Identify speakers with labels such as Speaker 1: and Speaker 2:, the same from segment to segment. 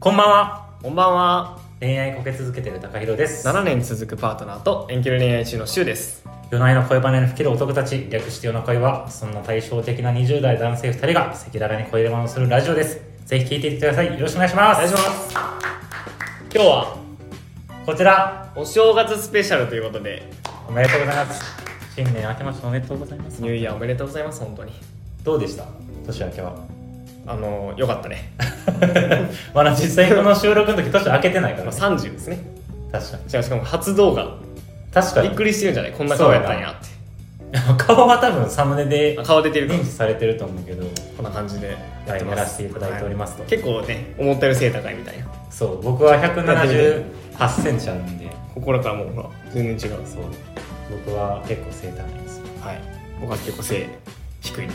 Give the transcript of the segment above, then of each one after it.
Speaker 1: こんばんは
Speaker 2: こんばんは
Speaker 1: 恋愛こけ続けてる高弘です
Speaker 2: 7年続くパートナーと遠距離恋愛中のシュウです
Speaker 1: 夜な夜な恋バネに吹ける男たち略して夜な恋はそんな対照的な20代男性2人が赤裸々に恋バネをするラジオですぜひ聞いていってくださいよろしくお願いしま
Speaker 2: お
Speaker 1: す
Speaker 2: 願いします今日は
Speaker 1: こちら
Speaker 2: お正月スペシャルということで
Speaker 1: おめでとうございます新年明けましておめでとうございます
Speaker 2: ニューイヤーおめでとうございます本当に
Speaker 1: どうでした年明けは
Speaker 2: あのよかったね
Speaker 1: まあ実際この収録の時年明けてないからね
Speaker 2: 30ですね
Speaker 1: 確かに
Speaker 2: しかもしかも初動画
Speaker 1: 確か
Speaker 2: び
Speaker 1: に
Speaker 2: っくりしてるんじゃないこんな顔やったんやって
Speaker 1: 顔は多分サムネで
Speaker 2: あ顔出てるか
Speaker 1: 認知されてると思うけど
Speaker 2: こんな感じで
Speaker 1: やらせていただいておりますと、
Speaker 2: はい結構ね思ったより背高いみたいな
Speaker 1: そう僕は178センチあるんで
Speaker 2: 心からもうほら全然違う
Speaker 1: そう僕は結構背高いんですよ
Speaker 2: はい僕は結構背低いんで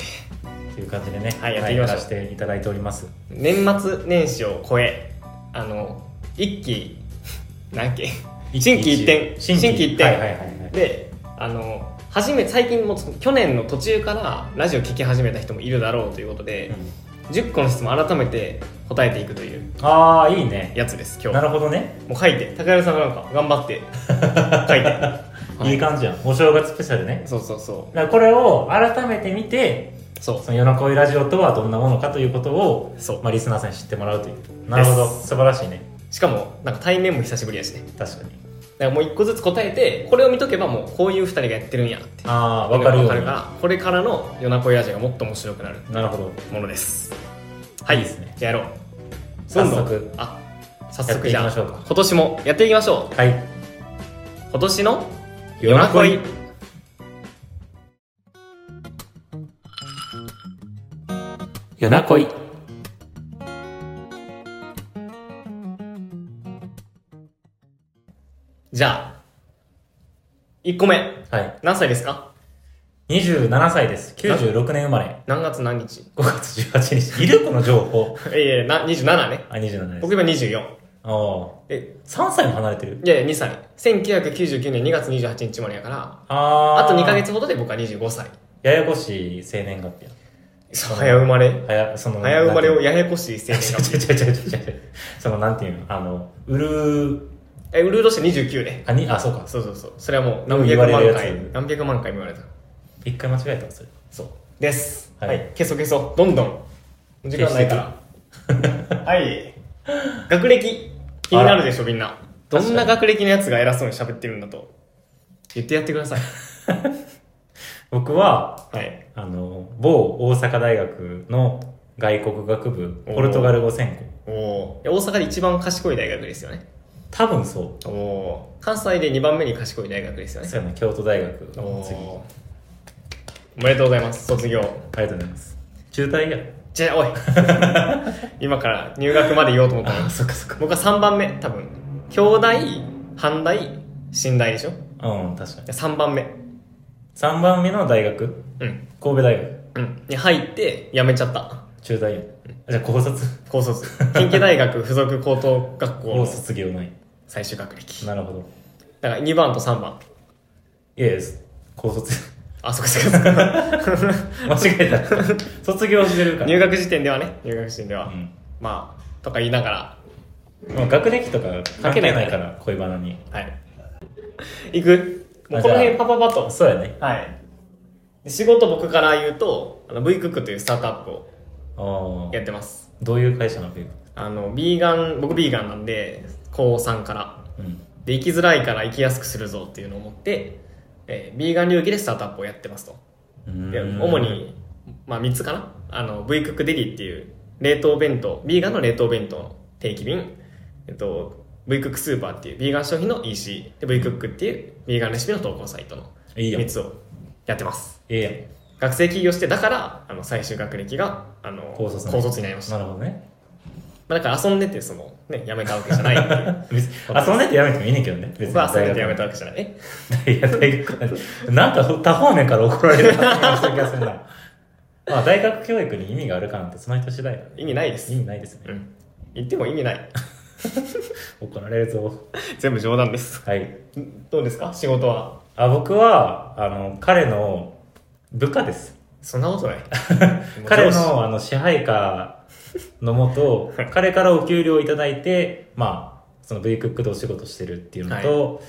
Speaker 1: という感じでね、
Speaker 2: はいやっていきましょう
Speaker 1: やらせていただいております
Speaker 2: 年末年始を超えあの一期 何期
Speaker 1: 一期
Speaker 2: 心機一転
Speaker 1: 心機
Speaker 2: 心機一転、
Speaker 1: はいはいはいはい
Speaker 2: であの初め最近もう去年の途中からラジオ聞き始めた人もいるだろうということで、10個の質問改めて答えていくという
Speaker 1: ああいいね
Speaker 2: やつです今
Speaker 1: な
Speaker 2: 日
Speaker 1: るほどね、
Speaker 2: もう書いて高原さんがなんか頑
Speaker 1: 、
Speaker 2: 張って書いて、はい
Speaker 1: い感じやんお正月スペシャルね
Speaker 2: そうそうそ
Speaker 1: だからこれを改めて見て
Speaker 2: うそう
Speaker 1: その夜の恋ラジオとはどんなものかということを
Speaker 2: そう
Speaker 1: まあ、リスナーさんに知ってもらうというなるほど
Speaker 2: で
Speaker 1: 素晴らしいね
Speaker 2: しかもなんか対面も久しぶりやしね
Speaker 1: 確かに
Speaker 2: だからもう一個ずつ答えてこれを見とけばもうこういう二人がやってるんやって
Speaker 1: ああ分かるよう
Speaker 2: わ
Speaker 1: に
Speaker 2: からこれからの夜な恋ラジオがもっと面白くなる
Speaker 1: なるほど
Speaker 2: ものです
Speaker 1: はいいいですね
Speaker 2: じゃあやろう
Speaker 1: 早
Speaker 2: どんど
Speaker 1: 速
Speaker 2: んあ早
Speaker 1: やって
Speaker 2: 速
Speaker 1: い
Speaker 2: じ
Speaker 1: き
Speaker 2: ゃ
Speaker 1: ま
Speaker 2: あ
Speaker 1: しょうか
Speaker 2: 今年もやっていきましょ
Speaker 1: はい、
Speaker 2: う今年の
Speaker 1: 夜な恋夜な恋
Speaker 2: じゃあ1個目
Speaker 1: はい
Speaker 2: 何歳ですか
Speaker 1: 27歳です96年生まれ
Speaker 2: 何月何日
Speaker 1: 5月18日いるこの情報
Speaker 2: いやいやな27ね
Speaker 1: あ27です
Speaker 2: 僕今24
Speaker 1: ああ
Speaker 2: え
Speaker 1: 3歳も離れてる
Speaker 2: いやいや2歳1999年2月28日生まれやから
Speaker 1: あ
Speaker 2: あ
Speaker 1: ー
Speaker 2: と2ヶ月ほどで僕は25歳
Speaker 1: ややこしい生年月日
Speaker 2: そう早生まれ
Speaker 1: やはやその
Speaker 2: 早生まれを
Speaker 1: や
Speaker 2: ややこしい生
Speaker 1: 違う
Speaker 2: 年月
Speaker 1: 違う違う違う違う違う そのなんていうのあの売る
Speaker 2: えウルードして29ね
Speaker 1: あにあそうか
Speaker 2: そうそうそうそれはもう
Speaker 1: よく
Speaker 2: 何
Speaker 1: 言
Speaker 2: 百
Speaker 1: われ
Speaker 2: 万
Speaker 1: るやつ
Speaker 2: 回何百万回も言われた
Speaker 1: 一回間違えたわそれ
Speaker 2: そうです
Speaker 1: は
Speaker 2: はいい、消そう消そうどんどん時間ないからはい学歴気になるでしょみんなどんな学歴のやつが偉そうに喋ってるんだと言ってやってください
Speaker 1: 僕は
Speaker 2: はい
Speaker 1: あの某大阪大学の外国学部
Speaker 2: おー
Speaker 1: ポルトガル語専攻
Speaker 2: おお大阪で一番賢い大学ですよね
Speaker 1: 多分そ
Speaker 2: おお関西で2番目に賢い大学ですよ
Speaker 1: う
Speaker 2: ね
Speaker 1: そうやな京都大学
Speaker 2: お
Speaker 1: の次
Speaker 2: おおめでとうございます卒業
Speaker 1: ありがとうございます中退や
Speaker 2: じゃあおい 今から入学まで言おうと思ったのに
Speaker 1: あそっかそっか
Speaker 2: 僕は3番目多分兄弟半大寝大でしょ
Speaker 1: うん確かに
Speaker 2: 3番目
Speaker 1: 3番目の大学
Speaker 2: うん
Speaker 1: 神戸大学
Speaker 2: うんに入って辞めちゃった
Speaker 1: 中退やあじゃあ高卒
Speaker 2: 高卒近畿 大学附属高等学校
Speaker 1: 高
Speaker 2: の
Speaker 1: 卒業ない
Speaker 2: 最終学歴
Speaker 1: なるほど
Speaker 2: だから2番と3番
Speaker 1: いやいや高卒
Speaker 2: あそこそこそ こ
Speaker 1: 間違え た卒業してるから
Speaker 2: 入学時点ではね入学時点では、
Speaker 1: うん
Speaker 2: まあとか言いなが
Speaker 1: まあ学歴とか関係ないから恋バナに
Speaker 2: らはい行くも
Speaker 1: あ
Speaker 2: うこの
Speaker 1: じゃ
Speaker 2: 辺
Speaker 1: あ
Speaker 2: パパパと
Speaker 1: そうやね
Speaker 2: はいで仕事僕から言うとあの V クックというスタートアップを
Speaker 1: ああ
Speaker 2: やってます
Speaker 1: どういう会社なのかよ
Speaker 2: あのビーガン僕ビーガンなんで高3から
Speaker 1: うん
Speaker 2: で生きづらいから生きやすくするぞっていうのを思って、えービーガン領域でスタートアップをやってますと
Speaker 1: う
Speaker 2: で
Speaker 1: ーん
Speaker 2: 主に、まあ、3つかなあの V クックデリーっていう冷凍弁当ビーガンの冷凍弁当の定期便、えっと、V クックスーパーっていうビーガン商品の EC で V クックっていうビーガンレシピの投稿サイトの
Speaker 1: いいやん
Speaker 2: 3つをやってます
Speaker 1: ええ
Speaker 2: 学生起業してだからあの最終学歴があの
Speaker 1: 高卒なの
Speaker 2: 高卒になりまし
Speaker 1: や
Speaker 2: た
Speaker 1: んなるほどね
Speaker 2: まあ、だから遊んでてその、ね、やめたわけじゃないっていう
Speaker 1: 別にあそんなやつやめてもいいねんけどね 別
Speaker 2: 僕は遊んでてやめたわけじゃない
Speaker 1: 大
Speaker 2: え
Speaker 1: 学大学なんてなんか他方面から怒られる発言をした気がするなまあ大学教育に意味があるかなんてその人次第だね
Speaker 2: 意味ないです
Speaker 1: 意味ないですね、
Speaker 2: うん言っても意味ない
Speaker 1: 怒られるぞ
Speaker 2: 全部冗談です
Speaker 1: はい
Speaker 2: どうですか仕事は
Speaker 1: あ僕はあの彼の部下です
Speaker 2: そんなことない
Speaker 1: 彼
Speaker 2: 上司
Speaker 1: のあの支配下のも と、彼からお給料をいただいて、まあ、その V クックでお仕事してるっていうのと、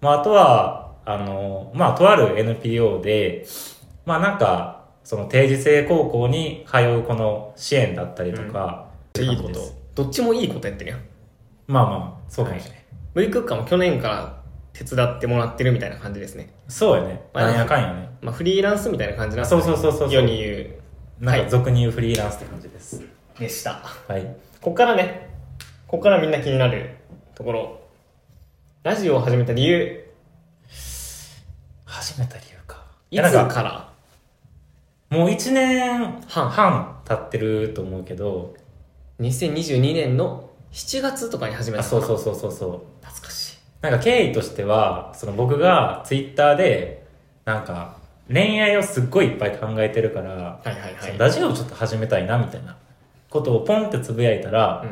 Speaker 1: まあ、あとは、あの、まあ、とある NPO で、まあ、なんか、その定時制高校に通うこの支援だったりとか、
Speaker 2: いいことどっちもいいことやってるやん
Speaker 1: まあまあ、そうかもしれない。
Speaker 2: V クッカーも去年から手伝ってもらってるみたいな感じですね、
Speaker 1: そうやね。
Speaker 2: まあ
Speaker 1: なんやかんやね。
Speaker 2: まあ、フリーランスみたいな感じなんです
Speaker 1: そ
Speaker 2: ね
Speaker 1: うそうそうそう。
Speaker 2: 世に言う
Speaker 1: なんか俗に言うフリーランスって感じです。
Speaker 2: でした
Speaker 1: はい。
Speaker 2: こっからねこっからみんな気になるところラジオを始めた理由
Speaker 1: 始めた理由か。い
Speaker 2: いつ
Speaker 1: や、なんか、
Speaker 2: から
Speaker 1: もう1年
Speaker 2: 半
Speaker 1: 半経ってると思うけど、
Speaker 2: 2022年の7月とかに始め
Speaker 1: あ、
Speaker 2: たの
Speaker 1: そうそうそうそうそう。
Speaker 2: 懐かしい
Speaker 1: なんか経緯としては、その僕がツイッターで、なんか恋愛をすっごいいっぱい考えてるから、
Speaker 2: はいはい
Speaker 1: その
Speaker 2: はい
Speaker 1: ラジオをちょっと始めたいなみたいなことをポンってつぶやいたら、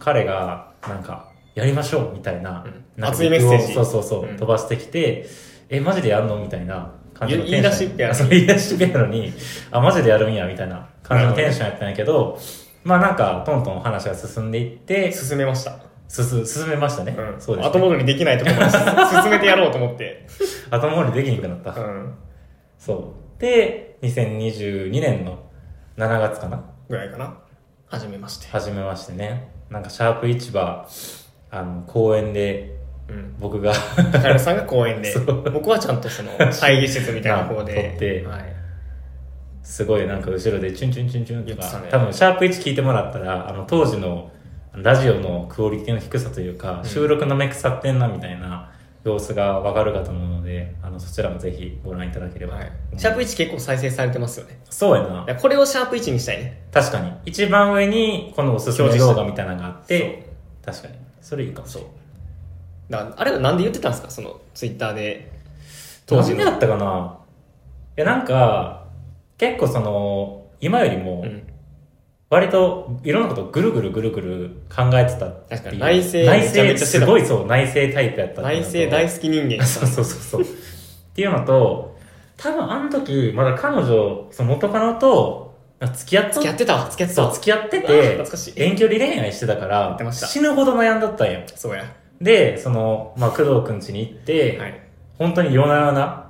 Speaker 1: 彼がなんかやりましょうみたいな,、
Speaker 2: うん
Speaker 1: なんか
Speaker 2: 熱いメッセージ
Speaker 1: 僕をそうそうそう、
Speaker 2: うん
Speaker 1: 飛ばしてきて、え、マジでやんのみたいな感じの
Speaker 2: 言い言い出しっぺやの に
Speaker 1: そう言い出しっぺやのに、あ、マジでやるんやみたいな感じのテンションやったんやけど、まあなんかトントン話が進んでいって、
Speaker 2: うん進めました
Speaker 1: すす進めましたね。
Speaker 2: うん
Speaker 1: そうです、ね。
Speaker 2: 後戻りできないところまで進めてやろうと思って
Speaker 1: 後戻りできにくくなった。
Speaker 2: うん
Speaker 1: そう。で、2022年の7月かな
Speaker 2: ぐらいかな始めまして
Speaker 1: 始めましてね。なんか、シャープ市場、あの、公園で、
Speaker 2: うん
Speaker 1: 僕が、
Speaker 2: カエルさんが公園で
Speaker 1: そう
Speaker 2: 僕はちゃんとその会議室みたいな方で
Speaker 1: 撮って
Speaker 2: はい
Speaker 1: すごいなんか後ろでチュンチュンチュンチュンと
Speaker 2: 言って
Speaker 1: か、
Speaker 2: たね
Speaker 1: 多分、シャープ1聞いてもらったら、あの、当時の、ラジオのクオリティの低さというか、
Speaker 2: ん
Speaker 1: 収録のめくさってんなみたいな様子がわかるかと思うので、あの、そちらもぜひご覧いただければ。
Speaker 2: はいシャープ1結構再生されてますよね
Speaker 1: そうやな
Speaker 2: だか。らこれをシャープ1にしたいね
Speaker 1: 確かに。一番上に、このおすすめ動画みたいなのがあって、確かに。それいいかもしれない。
Speaker 2: だからあれはなんで言ってたんですかそのツイッターで
Speaker 1: 当
Speaker 2: 当
Speaker 1: 時
Speaker 2: 時
Speaker 1: 何
Speaker 2: の
Speaker 1: だったかないやなんか結構その今よりも
Speaker 2: うん
Speaker 1: 割といろんなことをぐるぐるぐるぐる考えてたっていう
Speaker 2: 確かに内省
Speaker 1: 内
Speaker 2: めちゃめち
Speaker 1: 省
Speaker 2: ゃして
Speaker 1: す
Speaker 2: た
Speaker 1: ごいそう内省タイプやったっていう
Speaker 2: 内
Speaker 1: のと
Speaker 2: 政大好き人 間
Speaker 1: そうそうそうそうっていうのと多分あの時まだ彼女その元カノとなんか付き合っと
Speaker 2: 付き合ってたわ付き合ってた
Speaker 1: そう
Speaker 2: わ
Speaker 1: 付き合って
Speaker 2: あー
Speaker 1: て
Speaker 2: 懐かしい
Speaker 1: 遠距離恋愛してたから
Speaker 2: ってました
Speaker 1: 死ぬほど悩んだったんよ
Speaker 2: そうや
Speaker 1: でその、まあ、工藤くん家に行って、
Speaker 2: はい
Speaker 1: 本当に夜な夜な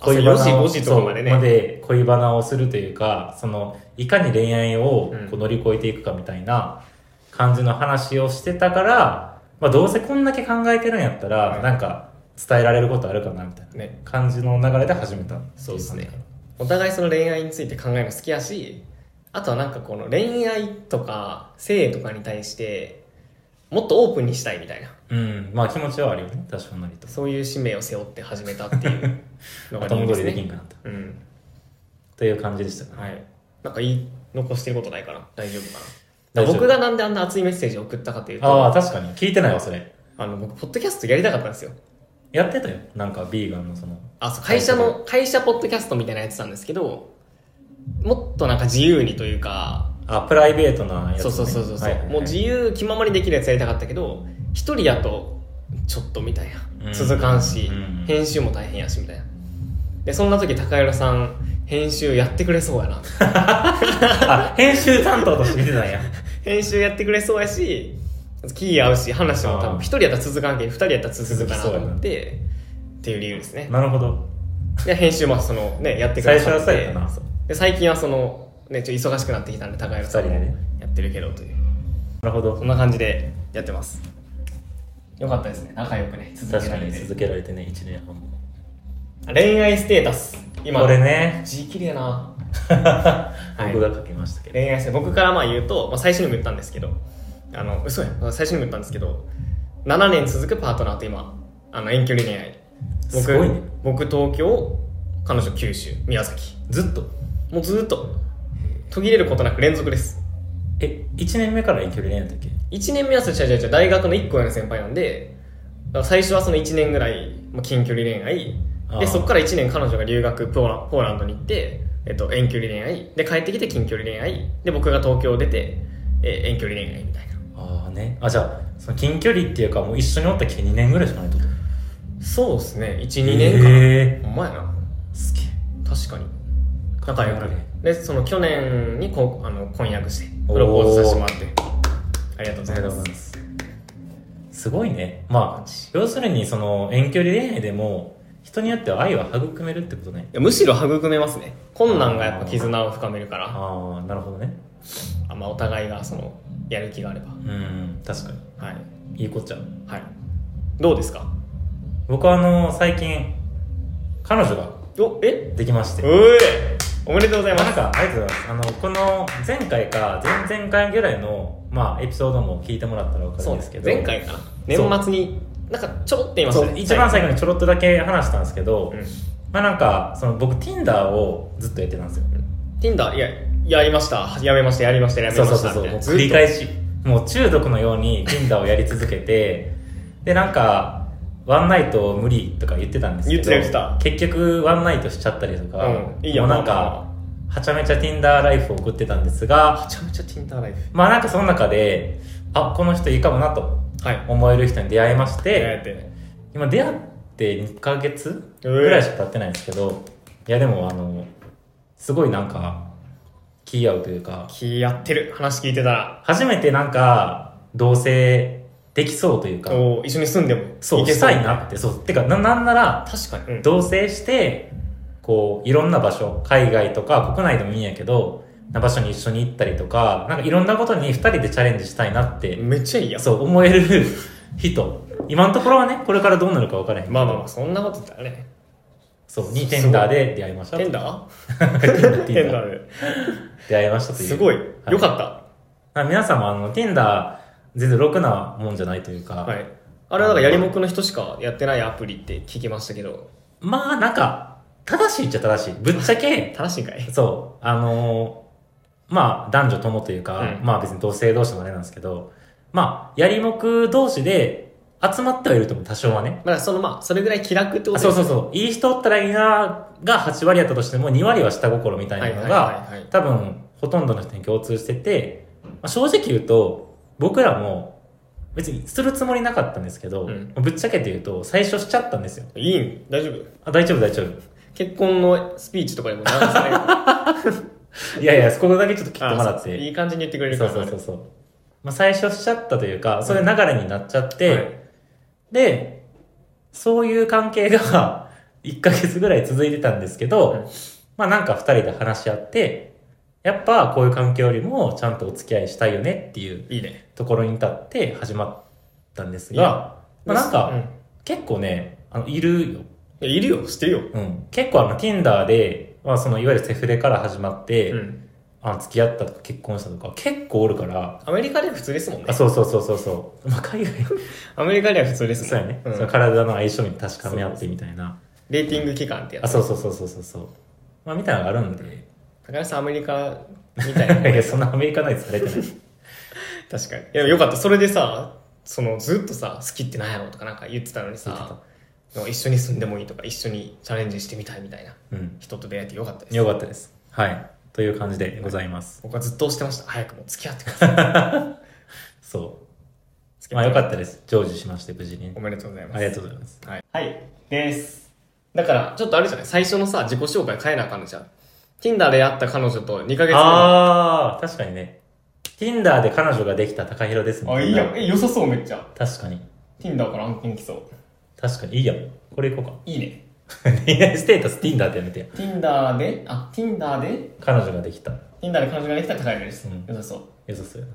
Speaker 2: 朝4時5時とかまでね
Speaker 1: そうまで恋バナをするというかそのいかに恋愛を
Speaker 2: うん
Speaker 1: こう乗り越えていくかみたいな感じの話をしてたから、まあ、どうせこんだけ考えてるんやったら、
Speaker 2: うん
Speaker 1: なんか伝えられることあるかなみたいな
Speaker 2: ね
Speaker 1: 感じの流れで始めた
Speaker 2: そうですねお互いその恋愛について考えるの好きやしあとはなんかこの恋愛とか性とかに対してもっとオープンにしたいみたいな
Speaker 1: うんまあ気持ちはあるよね多少なりと
Speaker 2: そういう使命を背負って始めたっていうのが
Speaker 1: 後
Speaker 2: 理由
Speaker 1: 戻
Speaker 2: で
Speaker 1: り
Speaker 2: す
Speaker 1: できん
Speaker 2: ね
Speaker 1: かなと
Speaker 2: うん
Speaker 1: という感じでしたかね
Speaker 2: はいなんか言い残してることないかな大丈夫かな
Speaker 1: 大丈夫
Speaker 2: 僕がなんであんな熱いメッセージを送ったかというと
Speaker 1: ああ確かに聞いてないわそれ
Speaker 2: あの僕ポッドキャストやりたかったんですよ
Speaker 1: やってたよなんかビーガンのその
Speaker 2: あそう会社の会社ポッドキャストみたいなやつなんですけどもっとなんか自由にというか
Speaker 1: あプライベートなやつ、ね、
Speaker 2: そうそうそうそうそ
Speaker 1: は
Speaker 2: う、
Speaker 1: いはいはい
Speaker 2: もう自由気ままにできるやつやりたかったけど一人やとちょっとみたいな、
Speaker 1: うん
Speaker 2: 続かんし、
Speaker 1: うん
Speaker 2: 編集も大変やしみたいなでそんな時高浦さん編集やってくれそうやな
Speaker 1: あ、編集担当として見てたんや。
Speaker 2: 編集やってくれそうやし気合うし話も多
Speaker 1: あー
Speaker 2: 分一人やったら続かんけど二人やったら続くかな
Speaker 1: 続きそう
Speaker 2: と
Speaker 1: やな
Speaker 2: 思ってっていう理由ですね
Speaker 1: なるほど。
Speaker 2: で編集もそのねやってくれ
Speaker 1: 最初はそうやったな
Speaker 2: で最近はそのねちょっと忙しくなってきたんで高浦さんも
Speaker 1: 二人でね
Speaker 2: やってるけどという
Speaker 1: なるほ
Speaker 2: そ
Speaker 1: ど。
Speaker 2: んな感じでやってますよかったですね仲良くね続
Speaker 1: 確
Speaker 2: け
Speaker 1: から
Speaker 2: れ
Speaker 1: に
Speaker 2: て
Speaker 1: 続けられてね、1年半も。
Speaker 2: 恋愛ステータス今
Speaker 1: これ ね、
Speaker 2: 字綺麗なはい
Speaker 1: 僕が書きましたけど。
Speaker 2: 恋愛ステ僕からまあ言うと、まあ、最初にも言ったんですけどあの嘘や最初にも言ったんですけど7年続くパートナーと今あの遠距離恋愛僕
Speaker 1: すごいね
Speaker 2: 僕東京彼女九州宮崎
Speaker 1: ずっと。
Speaker 2: もうずーっと途切れることなく連続です
Speaker 1: え、1年目から遠距離恋愛だっけ
Speaker 2: 1年目はそれ違う違う違う大学の1個上の先輩なんでだから最初はその1年ぐらい、まあ、近距離恋愛
Speaker 1: あー
Speaker 2: でそこから1年彼女が留学ポーラポーランドに行って、えっと、遠距離恋愛で帰ってきて近距離恋愛で僕が東京出て、えー遠距離恋愛みたいな
Speaker 1: ああね。あ、じゃあ、その近距離っていうか、もう一緒におったっけ2年ぐらいしかないってこと
Speaker 2: そうですね12年間
Speaker 1: へ
Speaker 2: ほんまやな
Speaker 1: ーすげえ。
Speaker 2: 確かに仲良く
Speaker 1: 仲良くね
Speaker 2: でその去年にこうあの婚約してプロポーズさせてもらってありがとうございます
Speaker 1: す。すごいね。まあ、要するに、その、遠距離恋愛でも、人によっては愛は育めるってことね。
Speaker 2: いやむしろ育めますね困難がやっぱ絆を深めるから
Speaker 1: ああ、なるほどね。
Speaker 2: あまあお互いがそのやる気があれば
Speaker 1: うん、確か
Speaker 2: はい
Speaker 1: に。いいこっちゃ。
Speaker 2: はいどうですか
Speaker 1: 僕はあの、最近、彼女が
Speaker 2: おえ
Speaker 1: できまして。
Speaker 2: うえおめでとうございま
Speaker 1: なん
Speaker 2: す
Speaker 1: か、ありがとうございます。あの、この、前回か、前々回ぐらいの、まあ、エピソードも聞いてもらったらわかる
Speaker 2: そうん
Speaker 1: で
Speaker 2: で
Speaker 1: すす
Speaker 2: け
Speaker 1: け
Speaker 2: ど
Speaker 1: ど。
Speaker 2: 前回かな年末になんかちょろって言いまし
Speaker 1: そ
Speaker 2: た
Speaker 1: う、
Speaker 2: ね
Speaker 1: 一番最後にちょろっとだけ話したんですけど、
Speaker 2: はいうん
Speaker 1: まあなんか、その僕 Tinder をずっとやってたんですよ。
Speaker 2: Tinder いややりましたやめましたやりましたやめ
Speaker 1: そう
Speaker 2: ま
Speaker 1: そう
Speaker 2: し
Speaker 1: そうそ
Speaker 2: た
Speaker 1: う。もう
Speaker 2: ず
Speaker 1: 繰
Speaker 2: っ
Speaker 1: り
Speaker 2: と
Speaker 1: 返し、もう中毒のように Tinder をやり続けて、でなんか、ワンナイト無理とか言ってたんですけど、
Speaker 2: 言ってた
Speaker 1: 結局ワンナイトしちゃったりとか、
Speaker 2: うんいいや
Speaker 1: もうなん
Speaker 2: まあ
Speaker 1: か、はちゃめちゃ Tinder ライフを送ってたんですが、
Speaker 2: めちゃめちゃ Tinder ライフ
Speaker 1: まあなんかその中で、あ、この人いいかもなと
Speaker 2: はい
Speaker 1: 思える人に出会いまして、
Speaker 2: 出会え
Speaker 1: 今出会って2ヶ月ぐらいしか経ってないんですけど、いやでもあのすごいなんか気合うというか
Speaker 2: て気合ってる話聞いてたら
Speaker 1: 初めてなんか同棲できそうというか
Speaker 2: お一緒に住んでも
Speaker 1: そう
Speaker 2: いけ
Speaker 1: し
Speaker 2: そう
Speaker 1: たいなってそうてかななんなら
Speaker 2: 確かに、うん
Speaker 1: 同棲してこういろんな場所海外とか国内でもいいんやけどな場所に一緒に行ったりとかなんかいろんなことに2人でチャレンジしたいなって、
Speaker 2: めっちゃいいやん
Speaker 1: そう思える 人今のところはねこれからどうなるか分からへんけど
Speaker 2: まあまあまあそんなこと言ったらね
Speaker 1: そうに Tinder で出会いましたと
Speaker 2: Tinder? ダ
Speaker 1: Tinder
Speaker 2: ー Tinder
Speaker 1: 出会いましたと
Speaker 2: で
Speaker 1: いう
Speaker 2: すごいよかった、
Speaker 1: あ皆さんもあの Tinder 全然ろくなもんじゃないというか、
Speaker 2: はい。あれはなんかやりもくの人しかやってないアプリって聞きましたけど、
Speaker 1: まあなんか正しいっちゃ正しいぶっちゃけ
Speaker 2: 正しいんか い
Speaker 1: そうあのーまあ男女ともというか、
Speaker 2: うん
Speaker 1: まあ別に同性同士もあれなんですけどまあやりもく同士で集まってはいるとも多少はね、
Speaker 2: まあそのまあ、それぐらい気楽ってこ
Speaker 1: あ
Speaker 2: と
Speaker 1: そ
Speaker 2: で
Speaker 1: う
Speaker 2: す
Speaker 1: そうそ
Speaker 2: ね
Speaker 1: ういい人おったらいいなが8割やったとしても2割は下心みたい
Speaker 2: は
Speaker 1: ないの
Speaker 2: は
Speaker 1: が、
Speaker 2: いはいはい。
Speaker 1: 多分ほとんどの人に共通してて、まあ正直言うと僕らも別にするつもりなかったんですけど、
Speaker 2: うん
Speaker 1: ぶっちゃけて言うと最初しちゃったんですよ
Speaker 2: いいん大丈夫
Speaker 1: あ大丈夫大丈夫
Speaker 2: 結婚のスピーチとかでも流 される
Speaker 1: いやいやそこだけちょっと切ってもら
Speaker 2: あ
Speaker 1: っ
Speaker 2: そう
Speaker 1: て
Speaker 2: いい感じに言ってくれる
Speaker 1: そ
Speaker 2: か
Speaker 1: う
Speaker 2: ら。
Speaker 1: そうそうそう、まあ、最初しちゃったというかそういう流れになっちゃって、
Speaker 2: はい
Speaker 1: でそういう関係が 1ヶ月ぐらい続いてたんですけど、
Speaker 2: うん
Speaker 1: まあなんか2人で話し合ってやっぱこういう環境よりもちゃんとお付き合いしたいよねっていう
Speaker 2: いいね。
Speaker 1: ところに立って始まったんです
Speaker 2: いや
Speaker 1: が、まあ、なんか、
Speaker 2: うんい
Speaker 1: 結構ねあのいるよ、
Speaker 2: やいるよ、知ってるよ。
Speaker 1: うん、結構あの Tinder で、まあ、そのいわゆるセフレから始まって、
Speaker 2: うん。
Speaker 1: あの付き合ったとか結婚したとか結構おるから
Speaker 2: アメリカでは普通ですもんね
Speaker 1: あ。そうそうそうそう そう、まあ、海外
Speaker 2: アメリカでは普通です
Speaker 1: そう
Speaker 2: もん
Speaker 1: やね、
Speaker 2: うん
Speaker 1: その体の相性に確かめ合ってみたいな
Speaker 2: レーティング期間ってや
Speaker 1: あ
Speaker 2: つ。
Speaker 1: そうそうそうそうそうそうまあみたいなのがあるんで、
Speaker 2: 高橋さんアメリカみたいなもん
Speaker 1: い
Speaker 2: ね。
Speaker 1: やそんなアメリカないされてない
Speaker 2: 確かに。いや、よかった。それでさ、そのずっとさ、好きってなんやろとかなんか言ってたのに
Speaker 1: 言って
Speaker 2: さ、一緒に住んでもいいとか、一緒にチャレンジしてみたいみたいな
Speaker 1: うん
Speaker 2: 人と出会えてよかったです。
Speaker 1: よかったですはいという感じでござい ます
Speaker 2: 僕はずっと押してました。早くもう付き合ってください。
Speaker 1: そうまあよかったです成就しまして無事に
Speaker 2: おめでとうございます。
Speaker 1: ありがとうございます
Speaker 2: はい。はい。です。だから、ちょっとあれじゃない最初のさ、自己紹介変えなあかんのじゃん。Tinder で会った彼女と2ヶ月後
Speaker 1: ああ、確かにね。Tinder で彼女ができた高弘ですね。
Speaker 2: あ、いいやん。え、良さそうめっちゃ。
Speaker 1: 確かに。
Speaker 2: Tinder から案件来そう。
Speaker 1: 確かに。いいやん。これいこうか。
Speaker 2: いいね。
Speaker 1: 恋愛ステータス Tinder ってやめてよ。
Speaker 2: Tinder で、あ、Tinder で、
Speaker 1: 彼女ができた。
Speaker 2: Tinder で彼女ができた高いです。
Speaker 1: うん
Speaker 2: 良さそう。
Speaker 1: よさそうや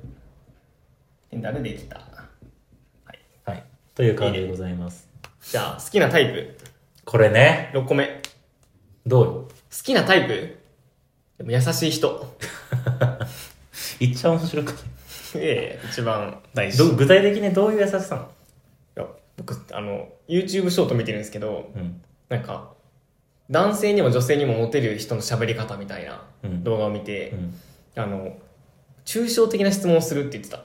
Speaker 2: Tinder でできた。
Speaker 1: な。はい。という感じでございます。
Speaker 2: じゃあ、好きなタイプ。
Speaker 1: これね。
Speaker 2: 6個目。好
Speaker 1: どうよ。
Speaker 2: きなタイプでも優しい人。
Speaker 1: いっちゃ面白くない
Speaker 2: ええ、一番大事。
Speaker 1: ど具体的にどういう優しさなの
Speaker 2: いや僕、あの、YouTube ショート見てるんですけど、
Speaker 1: うん。
Speaker 2: なんか、男性にも女性にもモテる人の喋り方みたいな
Speaker 1: うん
Speaker 2: 動画を見て
Speaker 1: う、ん。
Speaker 2: あの、抽象的な質問をするって言ってた。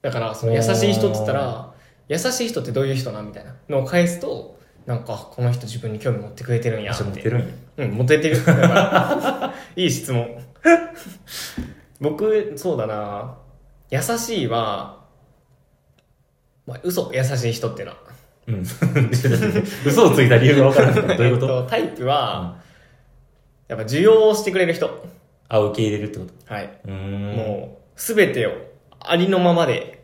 Speaker 2: だから、その優しい人って言ったら、優しい人ってどういう人なんみたいなのを返すと、なんか、あこの人自分に興味持ってくれてるんやっ
Speaker 1: 足
Speaker 2: て。
Speaker 1: 持ってるんや。
Speaker 2: うん、モテてる。だから いい質問。僕、そうだな優しいは、まあ、嘘、優しい人っていうのは。
Speaker 1: うん。 嘘をついた理由がわからんけ どどういうこ
Speaker 2: えっ
Speaker 1: と
Speaker 2: とタイプ
Speaker 1: うん
Speaker 2: は、やっぱ需要をしてくれる人。
Speaker 1: あ、受け入れるってこと
Speaker 2: はい。
Speaker 1: うーん。
Speaker 2: もう、すべてをありのままで、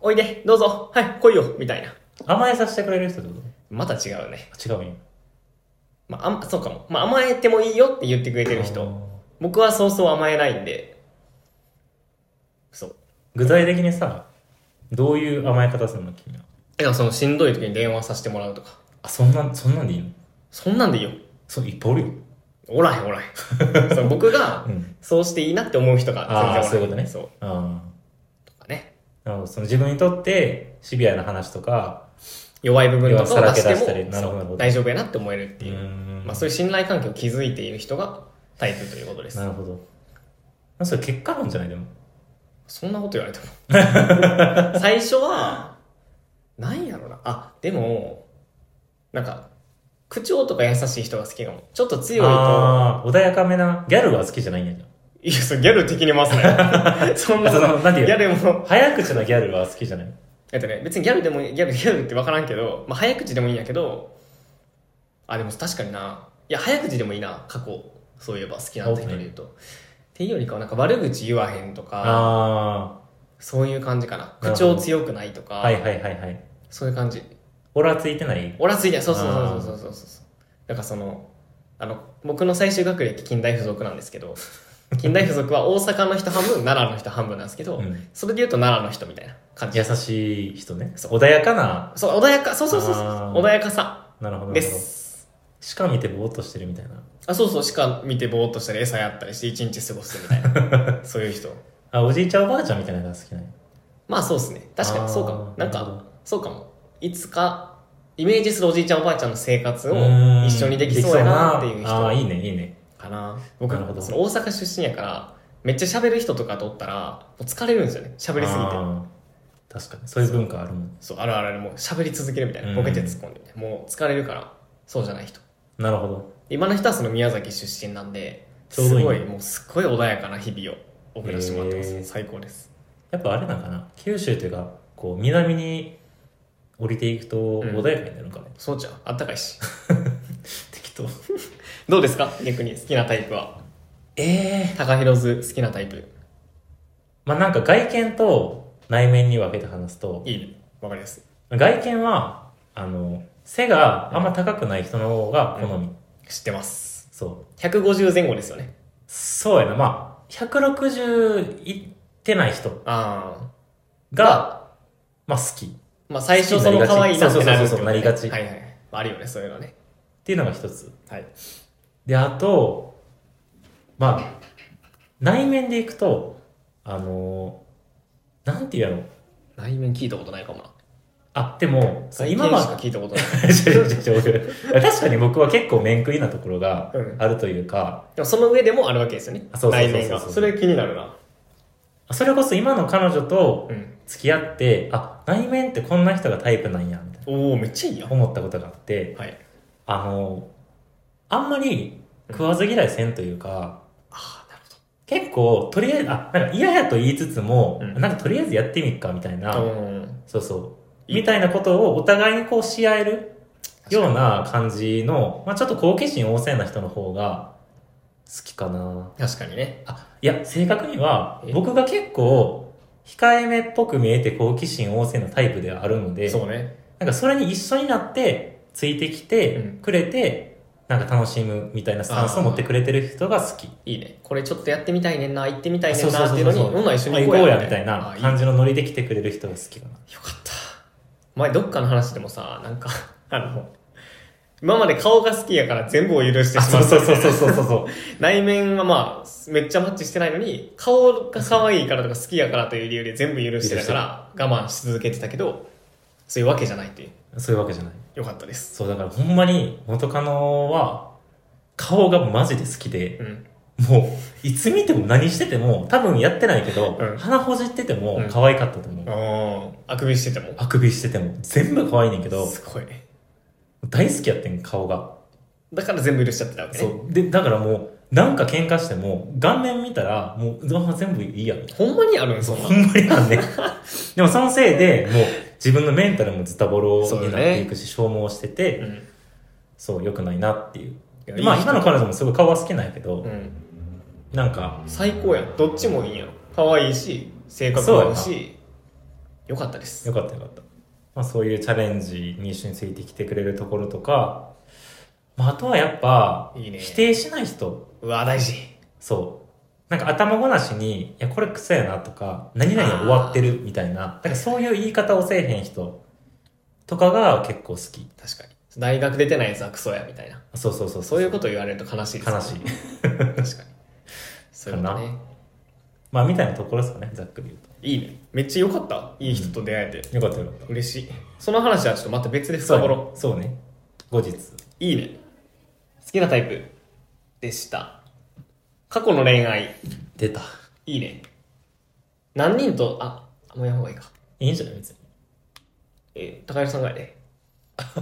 Speaker 2: おいで、どうぞ、はい、来いよ、みたいな。
Speaker 1: 甘えさせてくれる人ってこ
Speaker 2: また違うね。
Speaker 1: とあ違うんや。
Speaker 2: まあ、あんそうかも。まあ、甘えてもいいよって言ってくれてる人。僕はそうそう甘えないんで。そう。
Speaker 1: 具体的にさ、どういう甘え方するの君は。
Speaker 2: え、だからそのしんどい時に電話させてもらうとか。
Speaker 1: あ、そんな、そんなんでいいの
Speaker 2: そんなんでいいよ。
Speaker 1: そう、いっぱいおるよ。
Speaker 2: おらへんおらへん。 そう僕が
Speaker 1: うん、
Speaker 2: そうしていいなって思う人が
Speaker 1: あー
Speaker 2: 全然おらへん
Speaker 1: そういうことね
Speaker 2: そう。
Speaker 1: ああ。
Speaker 2: とかね。
Speaker 1: なるほどその自分にとってシビアな話とか、
Speaker 2: 弱い部分とかを
Speaker 1: 要はさら
Speaker 2: 出
Speaker 1: け出した
Speaker 2: し
Speaker 1: り
Speaker 2: ても
Speaker 1: なるほどなるほ
Speaker 2: そ
Speaker 1: ど
Speaker 2: う大丈夫やなって思えるっていうう。
Speaker 1: ん
Speaker 2: まあそういう信頼関係を築いている人がタイプということです
Speaker 1: な。るほど。それ結果論じゃないでも。
Speaker 2: そんなこと言われても。 最初は、なんやろな。あ、でも、なんか、口調とか優しい人が好きかも。ちょっと強いと、
Speaker 1: ああ、穏やかめな。ギャルは好きじゃないんやじゃん。
Speaker 2: いや、それギャル的に回 すね。そんな、
Speaker 1: そのなんていう
Speaker 2: ギャルも、
Speaker 1: 早口なギャルは好きじゃない。
Speaker 2: えっとね、別にギャルでもいい、ギャル、ギャルって分からんけど、まあ、早口でもいいんやけど、あ、でも確かにな。いや、早口でもいいな、過去。そういえば好きな人で言うと。っていうよりかは、なんか悪口言わへんとか、
Speaker 1: あ
Speaker 2: そういう感じかな。
Speaker 1: なる
Speaker 2: 口
Speaker 1: ほど
Speaker 2: 調強くないとか、
Speaker 1: あ、はいはいはいはい。
Speaker 2: そういう感じ。
Speaker 1: オラついてない。
Speaker 2: オラついてないそうそうそうそうそうそうそうだからそのあの僕の最終学歴近代付属なんですけど近代付属は大阪の人半分奈良の人半分なんですけど、
Speaker 1: うん
Speaker 2: それで言うと奈良の人みたいな感じ
Speaker 1: 優しい人ね。そう穏やかな。
Speaker 2: そう穏やかそうそうそうそう
Speaker 1: あー
Speaker 2: 穏やかさ
Speaker 1: なるほど。
Speaker 2: で
Speaker 1: なるほど。
Speaker 2: す
Speaker 1: しか見てぼーっとしてるみたいな。
Speaker 2: あそうそうしか見てぼーっとしたり餌やったりして一日過ごすみたい なそういう人
Speaker 1: あ、おじいちゃんおばあちゃんみたいなのが好きなの
Speaker 2: まあそうですね確かにそうかも
Speaker 1: あー
Speaker 2: なん
Speaker 1: なるほ
Speaker 2: か
Speaker 1: ど
Speaker 2: そうかもいつかイメージするおじいちゃんおばあちゃんの生活を
Speaker 1: うん
Speaker 2: 一緒にできそうやなっていう
Speaker 1: でき
Speaker 2: 人
Speaker 1: そうなああ、いいね、いいね。
Speaker 2: かな僕
Speaker 1: なるほど
Speaker 2: その大阪出身やからめっちゃ喋る人とかとおったらもう疲れるんですよね喋りすぎて
Speaker 1: あー確かに。そういう文化あるもん。
Speaker 2: そうあるあるあるもう喋り続けるみたいうなんボケて突っ込んで、もう疲れるからそうじゃない人
Speaker 1: なるほど。
Speaker 2: 今の人はその宮崎出身なんで
Speaker 1: ちょう
Speaker 2: す
Speaker 1: どいい
Speaker 2: ごいもうすっごい穏やかな日々を送らせてもらってま
Speaker 1: へ
Speaker 2: す
Speaker 1: ー
Speaker 2: 最高です
Speaker 1: やっぱあれなんかな。九州というか、こう、南に降りていくと
Speaker 2: ん
Speaker 1: 穏やかになるのかね。
Speaker 2: そうじゃんあったかい し
Speaker 1: 適当。
Speaker 2: どうですか逆に好きなタイプは
Speaker 1: ええー。
Speaker 2: 高広図好きなタイプ
Speaker 1: まあなんか外見と内面に分けて話すと、
Speaker 2: いいねわかりやすい
Speaker 1: 外見は、あの、背があんま高くない人の方が好み。
Speaker 2: 知ってます
Speaker 1: そう。
Speaker 2: 150前後ですよね
Speaker 1: そうやな。まあ、160いってない人
Speaker 2: ああ
Speaker 1: が、まあ好き。っ
Speaker 2: まあ最初その可愛いなってなる
Speaker 1: そ
Speaker 2: ってことね
Speaker 1: うそうそうそうなりがち
Speaker 2: はいはい。あるよね、そういうのね。
Speaker 1: ていうのが一つ。
Speaker 2: はい。
Speaker 1: で、あと、まあ、内面でいくと、あのなんて言うやろう。
Speaker 2: 内面聞いたことないかもな。
Speaker 1: あ、でも、そう今
Speaker 2: はしか
Speaker 1: は、
Speaker 2: 聞いたことない。
Speaker 1: 違う違う違う 確かに僕は結構面食いなところが
Speaker 2: うん
Speaker 1: あるというか、
Speaker 2: でもその上でもあるわけですよね。
Speaker 1: あそうそうそうそう
Speaker 2: 内面が。それ気になるな。
Speaker 1: それこそ今の彼女と
Speaker 2: うん。
Speaker 1: 付き合って、あ、内面ってこんな人がタイプなんや、みたい
Speaker 2: おおめっちゃいいや
Speaker 1: な思ったことがあって、
Speaker 2: はい。
Speaker 1: あの、あんまり食わず嫌いせんというか、
Speaker 2: ああ、なる
Speaker 1: 結構、とりあえず、あ、なんか嫌やと言いつつも、
Speaker 2: うん
Speaker 1: なんかとりあえずやってみっか、みたいな、
Speaker 2: ほど。うん。
Speaker 1: そうそう、みたいなことをお互いにこうし合えるような感じの、まあちょっと好奇心旺盛な人の方が好きかな。
Speaker 2: 確かにね。
Speaker 1: あ、いや、正確には
Speaker 2: え、
Speaker 1: 僕が結構、控えめっぽく見えて好奇心旺盛なタイプではあるので、
Speaker 2: そうね。
Speaker 1: なんかそれに一緒になって、ついてき
Speaker 2: うん
Speaker 1: てくれて、なんか楽しむみたいなスタンスを持ってくれてる人が好き。
Speaker 2: いいね。これちょっとやってみたいねんな、行ってみたいね
Speaker 1: そ
Speaker 2: ん
Speaker 1: うそう
Speaker 2: なっ
Speaker 1: そ
Speaker 2: ていうう
Speaker 1: そう
Speaker 2: のに、今度一緒
Speaker 1: あ
Speaker 2: に
Speaker 1: 行こ
Speaker 2: 行こ
Speaker 1: う
Speaker 2: う
Speaker 1: や
Speaker 2: や
Speaker 1: みたいな
Speaker 2: あいいよ
Speaker 1: 感じのノリで来てくれる人が好きかな。
Speaker 2: かった。前どっかの話でもさ、なんか、 あの、今まで顔が好きやから全部を許して
Speaker 1: あ
Speaker 2: し
Speaker 1: そ
Speaker 2: ま
Speaker 1: う
Speaker 2: う。
Speaker 1: そうそうそうそうそう。
Speaker 2: 内面はまあ、めっちゃマッチしてないのに、顔が可愛いからとか好きやからという理由で全部許してたから、我慢し続けてたけど、そういうわけじゃないっていう。
Speaker 1: そういうわけじゃない。
Speaker 2: よかったです。
Speaker 1: そう、だからほんまに元カノは、顔がマジで好きで
Speaker 2: う、ん。
Speaker 1: もう、いつ見ても何してても、多分やってないけど、
Speaker 2: うん
Speaker 1: 鼻ほじってても
Speaker 2: うん
Speaker 1: 可愛かったと思う。
Speaker 2: ああくびしてても。
Speaker 1: あくびしてても、全部可愛いねんけど、
Speaker 2: すごい。
Speaker 1: 大好きやってん、顔が。
Speaker 2: だから全部許しちゃってたわけね。
Speaker 1: そう。で、だからもう、なんか喧嘩しても、顔面見たら、もう、うわ全部いいやみたい
Speaker 2: ほんまにあるんそん
Speaker 1: な。
Speaker 2: な
Speaker 1: ほ。んまに なんね。でもそのせいで、もう、自分のメンタルもズタボロ
Speaker 2: そう
Speaker 1: に
Speaker 2: よね
Speaker 1: なっていくし、消耗してて、
Speaker 2: うん。
Speaker 1: そう、良くないなっていう。
Speaker 2: いや
Speaker 1: でまあ、
Speaker 2: いい人
Speaker 1: 今の彼女もすごい顔は好きなんやけど、
Speaker 2: うん。
Speaker 1: なんか、
Speaker 2: 最高やん。どっちもいいやん。可愛いし、性格もあるし、よかったです。
Speaker 1: よかったよかった。まあそういうチャレンジに一緒についてきてくれるところとか、まああとはやっぱ、
Speaker 2: いいね
Speaker 1: 否定しない人。
Speaker 2: うわ、大事。
Speaker 1: そう。なんか頭ごなしに、いや、これクソやなとか、何々終わってるみたいな、なんかそういう言い方をせえへん人とかが結構好き。
Speaker 2: 確かに。大学出てないやつはクソや、みたいな。
Speaker 1: そうそうそう、
Speaker 2: そういうことと言われると悲しいです、
Speaker 1: 悲しい。。
Speaker 2: 確かに。そういうことね。
Speaker 1: まあみたいなところですかね、ざっくり言う
Speaker 2: いいね。めっちゃ良かった。いい人と出会えて。
Speaker 1: と。よかったよかった。
Speaker 2: 嬉しい。その話はちょっとまた別で深掘ろう。
Speaker 1: そうね。後日。
Speaker 2: いいね。好きなタイプでした。過去の恋愛、
Speaker 1: 出た。
Speaker 2: いいね。何人と、あ、もうやめた方がいいか。
Speaker 1: いいんじゃない別に。
Speaker 2: えー高橋さんがやで。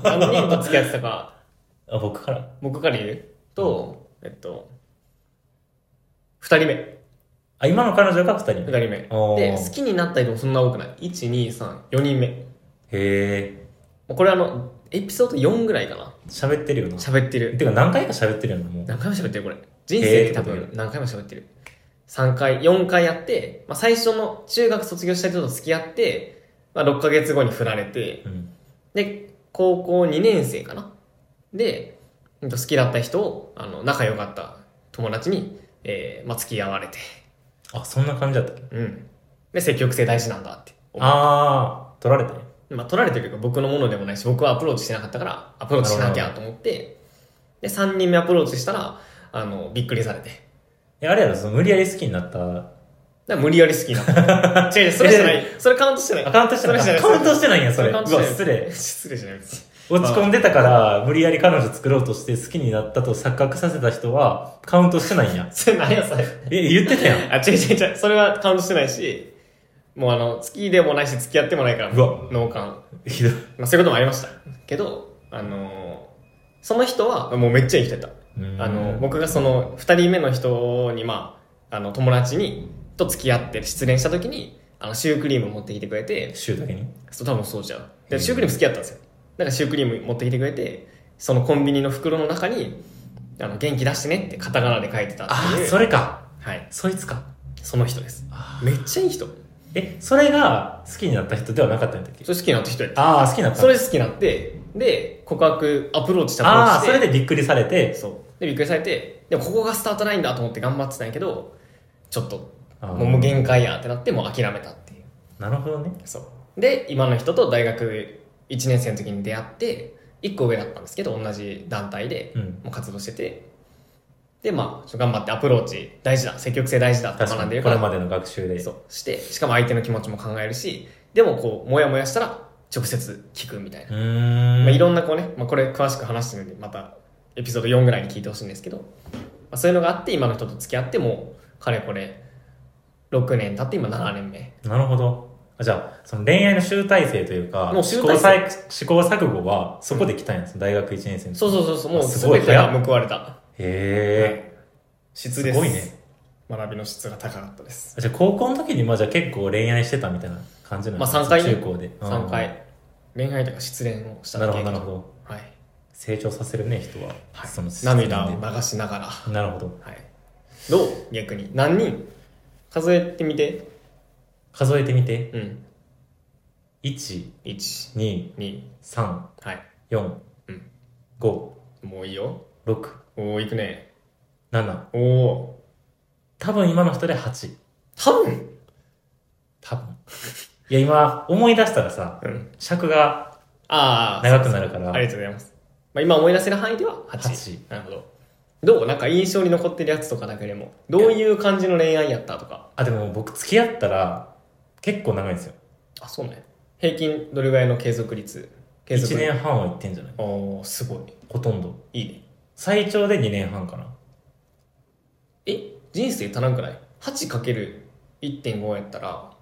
Speaker 2: 何人と付き合ってたか、
Speaker 1: あ、僕から。
Speaker 2: 僕から言うと、えっと、二人目。
Speaker 1: あ、今の彼女が二人
Speaker 2: 二
Speaker 1: 目。
Speaker 2: 人目。
Speaker 1: おー
Speaker 2: で、好きになった人もそんな多くない。1、2、3、4人目。
Speaker 1: へえ。
Speaker 2: もうこれあの、エピソード4ぐらいかな。
Speaker 1: 喋ってるよな。
Speaker 2: 喋ってる。
Speaker 1: てか何回か喋ってるよな、もう。
Speaker 2: 何回も喋ってるこれ人生って多分何回も喋ってる3回4回やって、まあ、最初の中学卒業した人と付き合って、まあ、6ヶ月後に振られて
Speaker 1: うん。
Speaker 2: で高校2年生かなでうんと好きだった人をあの仲良かった友達に、えーまあ、付き合われて
Speaker 1: あ、そんな感じだったっけ
Speaker 2: うんで積極性大事なんだって
Speaker 1: あー、取られたね。
Speaker 2: まあ、取られてるけど僕のものでもないし僕はアプローチしてなかったからアプローチしなきゃと思ってで3人目アプローチしたらあのびっくりされて
Speaker 1: え、あれやろ、その無理やり好きになった。
Speaker 2: だから無理やり好きに なった。違う違う、それじゃない。それカウントしてない。
Speaker 1: あカウントしてない
Speaker 2: それじゃ
Speaker 1: カウントしてないんや
Speaker 2: そ
Speaker 1: そ
Speaker 2: れ
Speaker 1: れ
Speaker 2: カウントしてないう
Speaker 1: わ失礼
Speaker 2: 失礼じゃないです。。
Speaker 1: 落ち込んでたから、無理やり彼女作ろうとして好きになったと錯覚させた人は、カウントしてないんや
Speaker 2: それ何や、それ。
Speaker 1: え、言ってたやん。
Speaker 2: あ、違う違う違う。それはカウントしてないし、もうあの、月でもないし、付き合ってもないから、
Speaker 1: うわ
Speaker 2: 脳幹。ま
Speaker 1: ひ どい。
Speaker 2: あ、そういうこともありました。けど、あのーその人は、もうめっちゃいい人だった。あの、僕がその、二人目の人に、まあ、あの、友達に、と付き合って、失恋した時に、あの、シュークリーム持ってきてくれて、
Speaker 1: 週だけに。
Speaker 2: そう、多分そうじゃん。
Speaker 1: う
Speaker 2: で、
Speaker 1: ん
Speaker 2: シュークリーム好きだったんですよ。だからシュークリーム持ってきてくれて、そのコンビニの袋の中に、あの、元気出してねってカタカナで書いてたって
Speaker 1: あ
Speaker 2: いう。
Speaker 1: ー、それか。
Speaker 2: はい。
Speaker 1: そいつか。
Speaker 2: その人です。
Speaker 1: あ
Speaker 2: めっちゃいい人。
Speaker 1: え、それが好きになった人ではなかったんだっけ
Speaker 2: それ好きになった人やった。
Speaker 1: あー、好きになった。
Speaker 2: それ好きになって、で、告白、アプローチしたアプロー
Speaker 1: あ
Speaker 2: チ
Speaker 1: ー、
Speaker 2: して。
Speaker 1: それでびっくりされて、
Speaker 2: そう。で、びっくりされて、でもここがスタートラインだと思って頑張ってたんやけど、ちょっと、
Speaker 1: あー
Speaker 2: もうもう限界やってなって、もう諦めたっていう。
Speaker 1: なるほどね。
Speaker 2: そうで今の人と大学1年生の時に出会って1個上だったんですけど同じ団体で
Speaker 1: うん。
Speaker 2: もう活動しててでまあちょっと頑張ってアプローチ大事だ積極性大事だって
Speaker 1: 確
Speaker 2: 学
Speaker 1: か
Speaker 2: んで
Speaker 1: に、
Speaker 2: る
Speaker 1: こ
Speaker 2: か
Speaker 1: れ
Speaker 2: ら
Speaker 1: までの学習で。
Speaker 2: そうしてしかも相手の気持ちも考えるしでもこうモヤモヤしたら直接聞くみたいな、
Speaker 1: うーん。
Speaker 2: まあ、いろんなこうね、まあ、これ詳しく話してるんでまたエピソード4ぐらいに聞いてほしいんですけど、まあ、そういうのがあって今の人と付き合ってもうかれこれ6年経って今7年目
Speaker 1: なるほど。あじゃあ、その恋愛の集大成というか、
Speaker 2: もう
Speaker 1: 試
Speaker 2: 集
Speaker 1: 行
Speaker 2: 大成
Speaker 1: 錯試行錯誤はそこで来たんやつ、大学1年生の時。
Speaker 2: そうそうそうそうもう
Speaker 1: あすごい
Speaker 2: 全てが報われた
Speaker 1: へえ、
Speaker 2: 質
Speaker 1: す
Speaker 2: です
Speaker 1: ごいね。
Speaker 2: 学びの質が高かったです
Speaker 1: あじゃあ、高校の時に、まあじゃあ結構恋愛してたみたいな感じなの
Speaker 2: まあ三回ね
Speaker 1: 中高で。うん
Speaker 2: 3。回恋愛とか失恋をした
Speaker 1: なるほど、
Speaker 2: 経
Speaker 1: な
Speaker 2: 験
Speaker 1: るほど。
Speaker 2: はい、
Speaker 1: 成長させるね、人は。
Speaker 2: はい
Speaker 1: その
Speaker 2: 涙を
Speaker 1: な
Speaker 2: 流しながら、
Speaker 1: なるほど。
Speaker 2: はい、どう逆に何人数えてみて
Speaker 1: 数えてみて。
Speaker 2: うん
Speaker 1: 1、
Speaker 2: 12
Speaker 1: 2、3、
Speaker 2: はい
Speaker 1: 4
Speaker 2: うん、
Speaker 1: 5、
Speaker 2: もういいよ
Speaker 1: 6、
Speaker 2: おおいくね
Speaker 1: 7。
Speaker 2: おお
Speaker 1: 多分今の人で8。
Speaker 2: 多分
Speaker 1: 多分。いや、今、思い出したらさ、
Speaker 2: うん
Speaker 1: 尺が
Speaker 2: ああ
Speaker 1: 長くなるから
Speaker 2: ありがとうございます、まあ、今思い出せる範囲では 8,
Speaker 1: 8
Speaker 2: なるほどどうなんか印象に残ってるやつとかだけでもどういう感じの恋愛やったとか
Speaker 1: あ、でも僕付き合ったら結構長いんですよ。
Speaker 2: あそうね平均どれぐらいの継続率継続
Speaker 1: 1年半は行ってんじゃない
Speaker 2: おーすごい
Speaker 1: ほとんど。
Speaker 2: いいね
Speaker 1: 最長で2年半かな。
Speaker 2: え人生足らんくない 8×1.5 やったら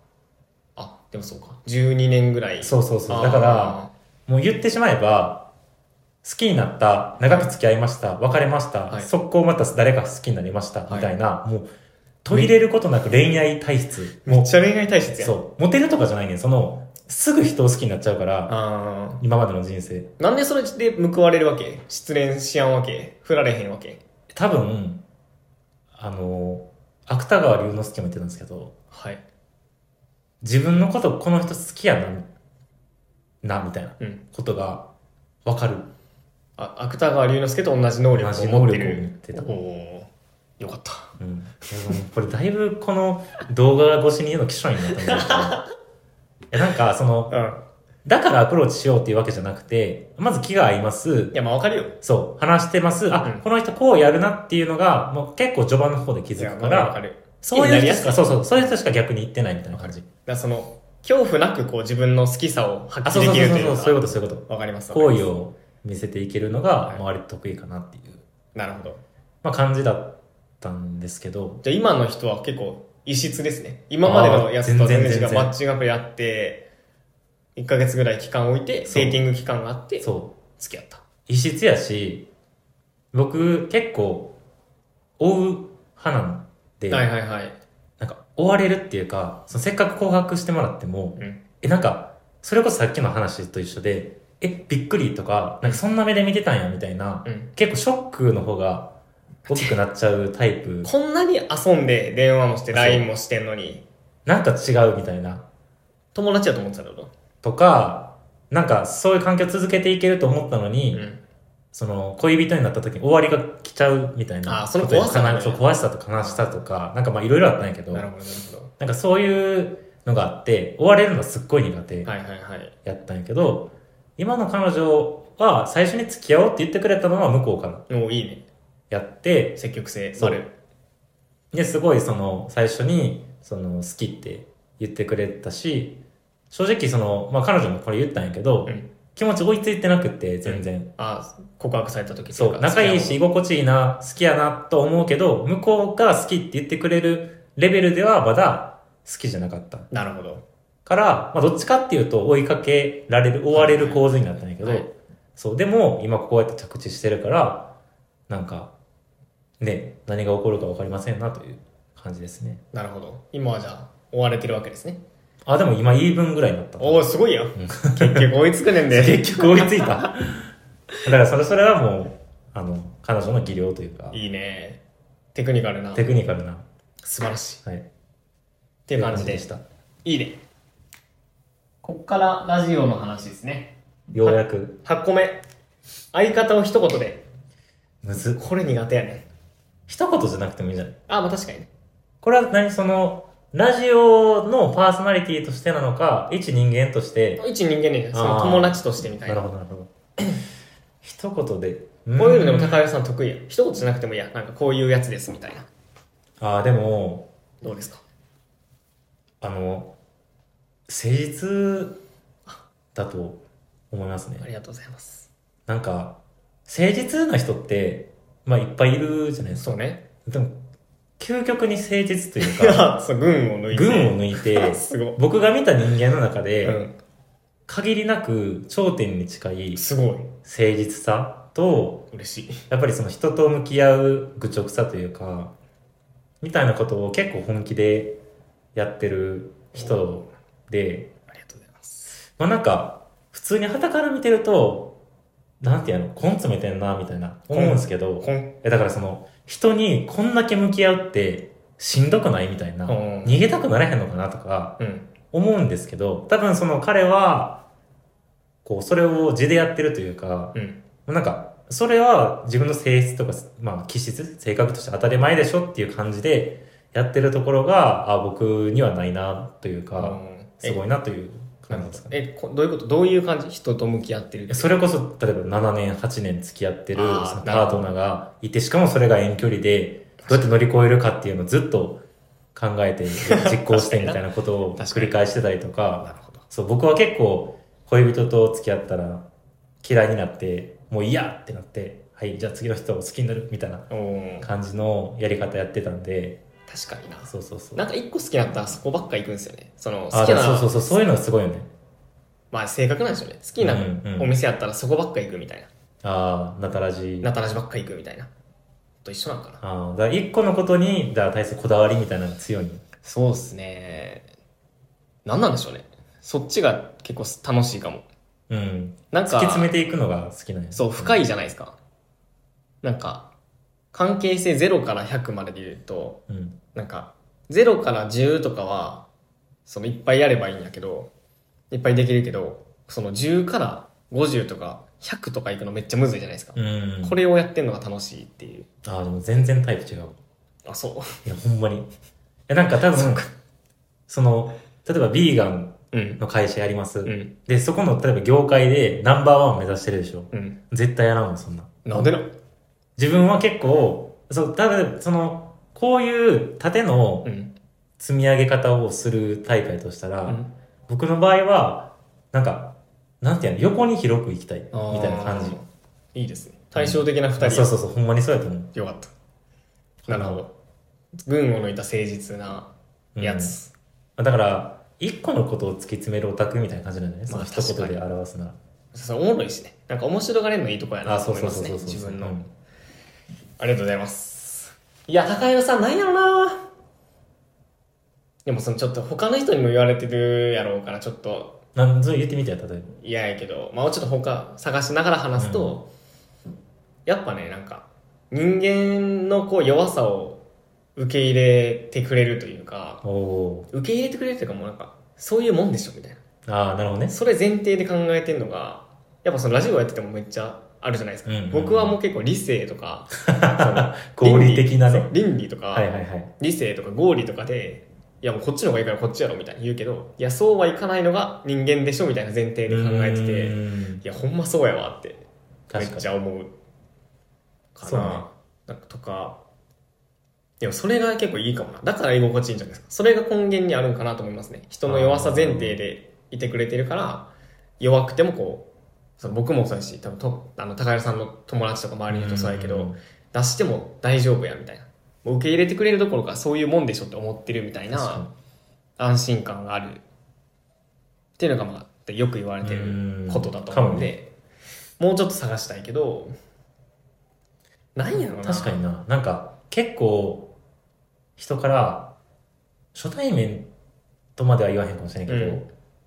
Speaker 2: あでもそうか12年ぐらい
Speaker 1: そうそうそう。だから、もう言ってしまえば、好きになった、長く付き合いました、別れました、
Speaker 2: はい
Speaker 1: 速攻また誰か好きになりました、
Speaker 2: はい
Speaker 1: みたいな、もう、途切れることなく恋愛体質。
Speaker 2: め
Speaker 1: も
Speaker 2: っ
Speaker 1: う、
Speaker 2: ちゃ恋愛体質やん
Speaker 1: そう。モテるとかじゃないねんその、すぐ人を好きになっちゃうから、
Speaker 2: あ
Speaker 1: 今までの人生。
Speaker 2: ーなんでそれで報われるわけ失恋しやんわけ振られへんわけ
Speaker 1: 多分、あの、芥川龍之介も言ってたんですけど、
Speaker 2: はい。
Speaker 1: 自分のことこの人好きやな、な、みたいな
Speaker 2: うん。
Speaker 1: ことがわかる。
Speaker 2: あ、芥川龍之介と同じ能力を持っ
Speaker 1: 同じ
Speaker 2: てる。
Speaker 1: 能力を持ってた
Speaker 2: おーよかった。
Speaker 1: うん。でもこれだいぶこの動画越しに言うのきしょいなと思 うんですけど。いやなんかその、
Speaker 2: う
Speaker 1: だからアプローチしようっていうわけじゃなくて、まず気が合いま
Speaker 2: ん。
Speaker 1: す
Speaker 2: い。や、まあわかるよ。
Speaker 1: そう、話してます。あ、
Speaker 2: うん
Speaker 1: この人こうやるなっていうのが、もう結構序盤の方で気
Speaker 2: い
Speaker 1: づ
Speaker 2: や
Speaker 1: くか、
Speaker 2: わからる。
Speaker 1: そう
Speaker 2: 気
Speaker 1: いう
Speaker 2: になりや
Speaker 1: 人
Speaker 2: す
Speaker 1: しか、
Speaker 2: かった
Speaker 1: そうそう、そういう人しか逆に言ってないみたいな感じ。
Speaker 2: だからその、恐怖なくこう自分の好きさを
Speaker 1: あ、
Speaker 2: 発
Speaker 1: そう
Speaker 2: 揮で
Speaker 1: そうそう
Speaker 2: きるとい
Speaker 1: そう、
Speaker 2: う
Speaker 1: そういうこ
Speaker 2: か。
Speaker 1: と、そういうこと。
Speaker 2: わかります。わかり
Speaker 1: 好
Speaker 2: ます
Speaker 1: 意。を見せていけるのが
Speaker 2: は、い
Speaker 1: まあ割と得意かなっていう、
Speaker 2: なるほど。
Speaker 1: まあ感じだったんですけど、
Speaker 2: じゃあ今の人は結構異質ですね。今までのやつとは全然違
Speaker 1: あー全然全
Speaker 2: う。
Speaker 1: 然
Speaker 2: マッチングアプリやって、1ヶ月ぐらい期間を置いて、
Speaker 1: そう
Speaker 2: セーティング期間があって、付
Speaker 1: そう、
Speaker 2: き合った。
Speaker 1: 異質やし、僕結構、追う派なんで、
Speaker 2: はいはいはい。
Speaker 1: なんか追われるっていうか、そのせっかく告白してもらっても、
Speaker 2: うん。
Speaker 1: え、なんか、それこそさっきの話と一緒で、え、びっくりとか、なんかそんな目で見てたんや、みたいな、
Speaker 2: うん。
Speaker 1: 結構ショックの方が大きくなっちゃうタイプ、
Speaker 2: こんなに遊んで電話もし
Speaker 1: そ
Speaker 2: て
Speaker 1: う
Speaker 2: LINE もしてんのに、
Speaker 1: なんか違うみたいな、
Speaker 2: 友達だと思ってたんだろ
Speaker 1: とか、なんかそういう環境続けていけると思ったの
Speaker 2: う
Speaker 1: に、
Speaker 2: ん。
Speaker 1: その恋人になった時に終わりが来ちゃうみたいな。
Speaker 2: あーその怖さだね
Speaker 1: そう怖しさと悲しさとか、なんかまあいろいろあったんやけど、
Speaker 2: なる
Speaker 1: な
Speaker 2: ほど、なるほ
Speaker 1: んかそういうのがあって、追われるのすっごい苦手。
Speaker 2: ど。はいはいはい。
Speaker 1: やったんやけど、今の彼女は最初に付き合おうって言ってくれたのは向こうから
Speaker 2: おーいいね。
Speaker 1: やって、
Speaker 2: 積極性
Speaker 1: そう
Speaker 2: ある。
Speaker 1: で、すごいその、最初に、その、好きって言ってくれたし、正直その、まあ彼女もこれ言ったんやけど、
Speaker 2: うん
Speaker 1: 気持ち追いついてなくて、全然。
Speaker 2: あ、告白された時
Speaker 1: そう、仲いいし、居。心地いいな、好きやなと思うけど、向こうが好きって言ってくれるレベルではまだ好きじゃなかった。
Speaker 2: なるほど。
Speaker 1: から、まあ、どっちかっていうと追いかけられる、追われる構図になったんやけど、
Speaker 2: はい
Speaker 1: そう、でも今こうやって着地してるから、なんか、ね、何が起こるか分かりませんなという感じですね。
Speaker 2: なるほど。今はじゃあ、追われてるわけですね。
Speaker 1: あ、でも今言い分ぐらいになった。
Speaker 2: おおすごいやん。結局追いつくねん で。
Speaker 1: 結局追いついた。だからそれ、それはもう、あの、彼女の技量というか、
Speaker 2: いいね。テクニカルな。
Speaker 1: テクニカルな、っ
Speaker 2: 素晴らしい。って
Speaker 1: はい、って
Speaker 2: いう感じで
Speaker 1: で
Speaker 2: し。
Speaker 1: したた。
Speaker 2: いいね。こっからラジオの話ですね。
Speaker 1: ようやく、
Speaker 2: 8個目。相方を一言で。
Speaker 1: むず。
Speaker 2: これ苦手やね。
Speaker 1: 一言じゃなくてもいいんじゃない
Speaker 2: あ、まあ確かにね。
Speaker 1: これは何その、ラジオのパーソナリティとしてなのか、一人間として、
Speaker 2: 一人間ね、その
Speaker 1: あー
Speaker 2: 友達としてみたい
Speaker 1: なる
Speaker 2: な。
Speaker 1: ほ
Speaker 2: こ
Speaker 1: どなる ほど一言でこう
Speaker 2: ういうのでも高橋さん得意や。一言じゃなくてもいいや。なんかこういうやつですみたいな。
Speaker 1: ああでも
Speaker 2: どうですか
Speaker 1: あの誠実だと思います
Speaker 2: あ
Speaker 1: ね
Speaker 2: りがとうございます。
Speaker 1: なんか誠実な人ってまあいっぱいいるじゃないですか
Speaker 2: そうね。
Speaker 1: でも究極に誠実という
Speaker 2: い
Speaker 1: か
Speaker 2: や、そう、群を 抜いて。
Speaker 1: 群を抜いて
Speaker 2: すごい。
Speaker 1: 僕が見た人間の中で、
Speaker 2: う
Speaker 1: 限りなく頂点に近い
Speaker 2: ん。すごい。
Speaker 1: 誠実さと
Speaker 2: 嬉しい。
Speaker 1: やっぱりその人と向き合う愚直さというか、みたいなことを結構本気でやってる人で、
Speaker 2: ありがとうございます。
Speaker 1: まあなんか、普通に旗から見てると、なんていうの、根詰めてんな、みたいな、思うんですけど、
Speaker 2: ほん
Speaker 1: えだからその、人にこんだけ向き合うって、しんどくないみたいな、
Speaker 2: うん
Speaker 1: 逃げたくなれへんのかなとか、
Speaker 2: うん。
Speaker 1: 思うんですけど、多分その彼は、こう、それを地でやってるというか、
Speaker 2: うん。
Speaker 1: なんか、それは自分の性質とか、まあ、気質、性格として当たり前でしょっていう感じでやってるところが、あ、僕にはないなという
Speaker 2: う
Speaker 1: か、
Speaker 2: ん
Speaker 1: すごいなという感じですかね。
Speaker 2: えこどういうことどういう感じ人と向き合ってる
Speaker 1: それこそ、例えば7年、8年付き合ってる
Speaker 2: あー
Speaker 1: そのパ
Speaker 2: なる
Speaker 1: ー
Speaker 2: ほど
Speaker 1: トナーがいて、しかもそれが遠距離で、どうやって乗り越えるかっていうのをずっと考え て、実行してみたいなことを
Speaker 2: 確か
Speaker 1: 繰
Speaker 2: に
Speaker 1: り返してたりとか、
Speaker 2: なるほど
Speaker 1: そう、僕は結構、恋人と付き合ったら嫌いになって、もう嫌ってなって、はい、じゃあ次の人を好きになるみたいな
Speaker 2: おー
Speaker 1: 感じのやり方やってたんで、
Speaker 2: 確かにな
Speaker 1: そうそうそう。
Speaker 2: なんか一個好きだったらそこばっか行くんですよねその
Speaker 1: あ
Speaker 2: 好きな
Speaker 1: そうそうそう、そういうのがすごいよね。
Speaker 2: まあ性格なんでしょうね好きな
Speaker 1: うんうん
Speaker 2: お店やったらそこばっか行くみたいな、
Speaker 1: ああ、なたらじ。
Speaker 2: なたらしばっか行くみたいなと一緒なのかな
Speaker 1: ああ、だから一個のことに、だから対するこだわりみたいなのが強い。
Speaker 2: そうっすね何なんでしょうねそっちが結構楽しいかも
Speaker 1: うん。
Speaker 2: なん
Speaker 1: 突き
Speaker 2: か
Speaker 1: 詰めていくのが好きなんや
Speaker 2: そう深いじゃないですかなんか関係性0から100までで言うと、
Speaker 1: うん。
Speaker 2: なんか、0から10とかは、そのいっぱいやればいいんやけど、いっぱいできるけど、その10から50とか100とか行くのめっちゃむずいじゃないですか。
Speaker 1: うん。
Speaker 2: これをやってんのが楽しいっていう。
Speaker 1: ああ、でも全然タイプ違う。
Speaker 2: あ、そう。
Speaker 1: いや、ほんまに。いや、なんか多分、その、例えばビーガン
Speaker 2: うん。
Speaker 1: の会社やります。
Speaker 2: うん。
Speaker 1: で、そこの、例えば業界でナンバーワンを目指してるでしょ。
Speaker 2: うん。
Speaker 1: 絶対やらんもん、そんな。
Speaker 2: なんでな
Speaker 1: 自分は結構、そう、ただ、その、こういう縦の
Speaker 2: うん。
Speaker 1: 積み上げ方をする大会としたら、
Speaker 2: うん
Speaker 1: 僕の場合は、なんか、なんていうの、横に広く行きたい、みたいな感じ。。
Speaker 2: いいですね。対照的な2人。
Speaker 1: そうそうそう、ほんまにそうやと思う。
Speaker 2: よかった。なるほど。群を抜いた誠実なやつ。
Speaker 1: だから、一個のことを突き詰めるオタクみたいな感じなんだね。その
Speaker 2: まあ
Speaker 1: 一言で表すなら。
Speaker 2: それおもろいしね。なんか面白がれるのいいとこやな
Speaker 1: あ、そ
Speaker 2: と
Speaker 1: う
Speaker 2: 思い
Speaker 1: そうそ
Speaker 2: ます
Speaker 1: う
Speaker 2: ね。
Speaker 1: そうそう。
Speaker 2: 自分
Speaker 1: う
Speaker 2: の。
Speaker 1: ん
Speaker 2: ありがとうございます。いや、高弘さん、なんやろなでも、その、ちょっと、他の人にも言われてるやろうから、ちょっと、
Speaker 1: なんそれ言ってみてよ、例えば。
Speaker 2: 嫌やけど、まあ、ちょっと他、探しながら話すと、やっぱね、なんか、人間の、こう、弱さを受け入れてくれるというか、
Speaker 1: おお
Speaker 2: 受け入れてくれるというか、もうなんか、そういうもんでしょ、みたいな。
Speaker 1: ー。ああ、なるほどね。
Speaker 2: それ前提で考えてるのがやっぱそのラジオやっててもめっちゃあるじゃないですか、
Speaker 1: うんうんうん
Speaker 2: 僕はもう結構理性と かその
Speaker 1: 合理的なね
Speaker 2: そう倫理とか、
Speaker 1: はいはいはい。
Speaker 2: 理性とか合理とかでいやもうこっちの方がいいからこっちやろみたいに言うけどいやそうはいかないのが人間でしょみたいな前提で考えてて
Speaker 1: う
Speaker 2: い
Speaker 1: ん
Speaker 2: やほんまそうやわってめ
Speaker 1: 確
Speaker 2: っ
Speaker 1: かに
Speaker 2: ち。ゃ思うか
Speaker 1: そうね
Speaker 2: ななんかとかでもそれが結構いいかもなだから居心地いいんじゃないですかそれが根源にあるんかなと思いますね人の弱さ前提でいてくれてるから弱くてもこうその僕もそうやし多分とあの高原さんの友達とか周りの人そうやけど、
Speaker 1: うん
Speaker 2: 出しても大丈夫やみたいなもう受け入れてくれるどころかそういうもんでしょって思ってるみたい
Speaker 1: 確かに
Speaker 2: な安心感があるっていうのがまあよく言われてることだと思うんでもうちょっと探したいけどなんやろな
Speaker 1: 確かにな。なんか、結構、人から、初対面とまでは言わへんかもしれんけど、
Speaker 2: うん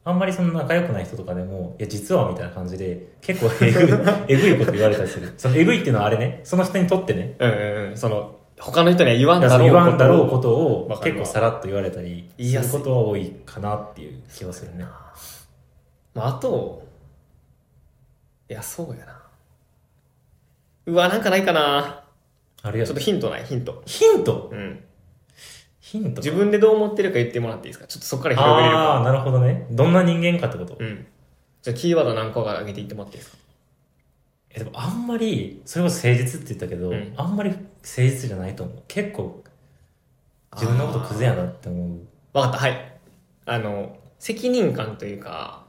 Speaker 1: あんまりその仲良くない人とかでも、いや、実はみたいな感じで、結構 えぐい、えぐいこと言われたりする。そのえぐいっていうのはあれね、その人にとってね、
Speaker 2: うんうんうんその他の人には言わんだ
Speaker 1: だから
Speaker 2: ろう
Speaker 1: 言わんだろう
Speaker 2: こ
Speaker 1: ことを
Speaker 2: わかる
Speaker 1: 結
Speaker 2: わ
Speaker 1: 構さらっと言われたり
Speaker 2: 言い
Speaker 1: す
Speaker 2: や
Speaker 1: る
Speaker 2: すい
Speaker 1: ことは多いかなっていう気はするね。
Speaker 2: とまああといやそうやなうわなんかないかな
Speaker 1: あり
Speaker 2: ち
Speaker 1: がと
Speaker 2: ょっ
Speaker 1: う。
Speaker 2: とヒントないヒント
Speaker 1: ヒント
Speaker 2: うん
Speaker 1: ヒント
Speaker 2: 自分でどう思ってるか言ってもらっていいですかちょっとそこから広げれる
Speaker 1: ああー、
Speaker 2: か
Speaker 1: なるほどね。どんな人間かってこと。
Speaker 2: うんじゃあキーワード何個か挙げていってもらっていいですか
Speaker 1: えでもあんまりそれこそ誠実って言ったけど、
Speaker 2: うん
Speaker 1: あんまり誠実じゃないと思う結構自分のことクズやなって思
Speaker 2: わかった、はい。あの、責任感というか、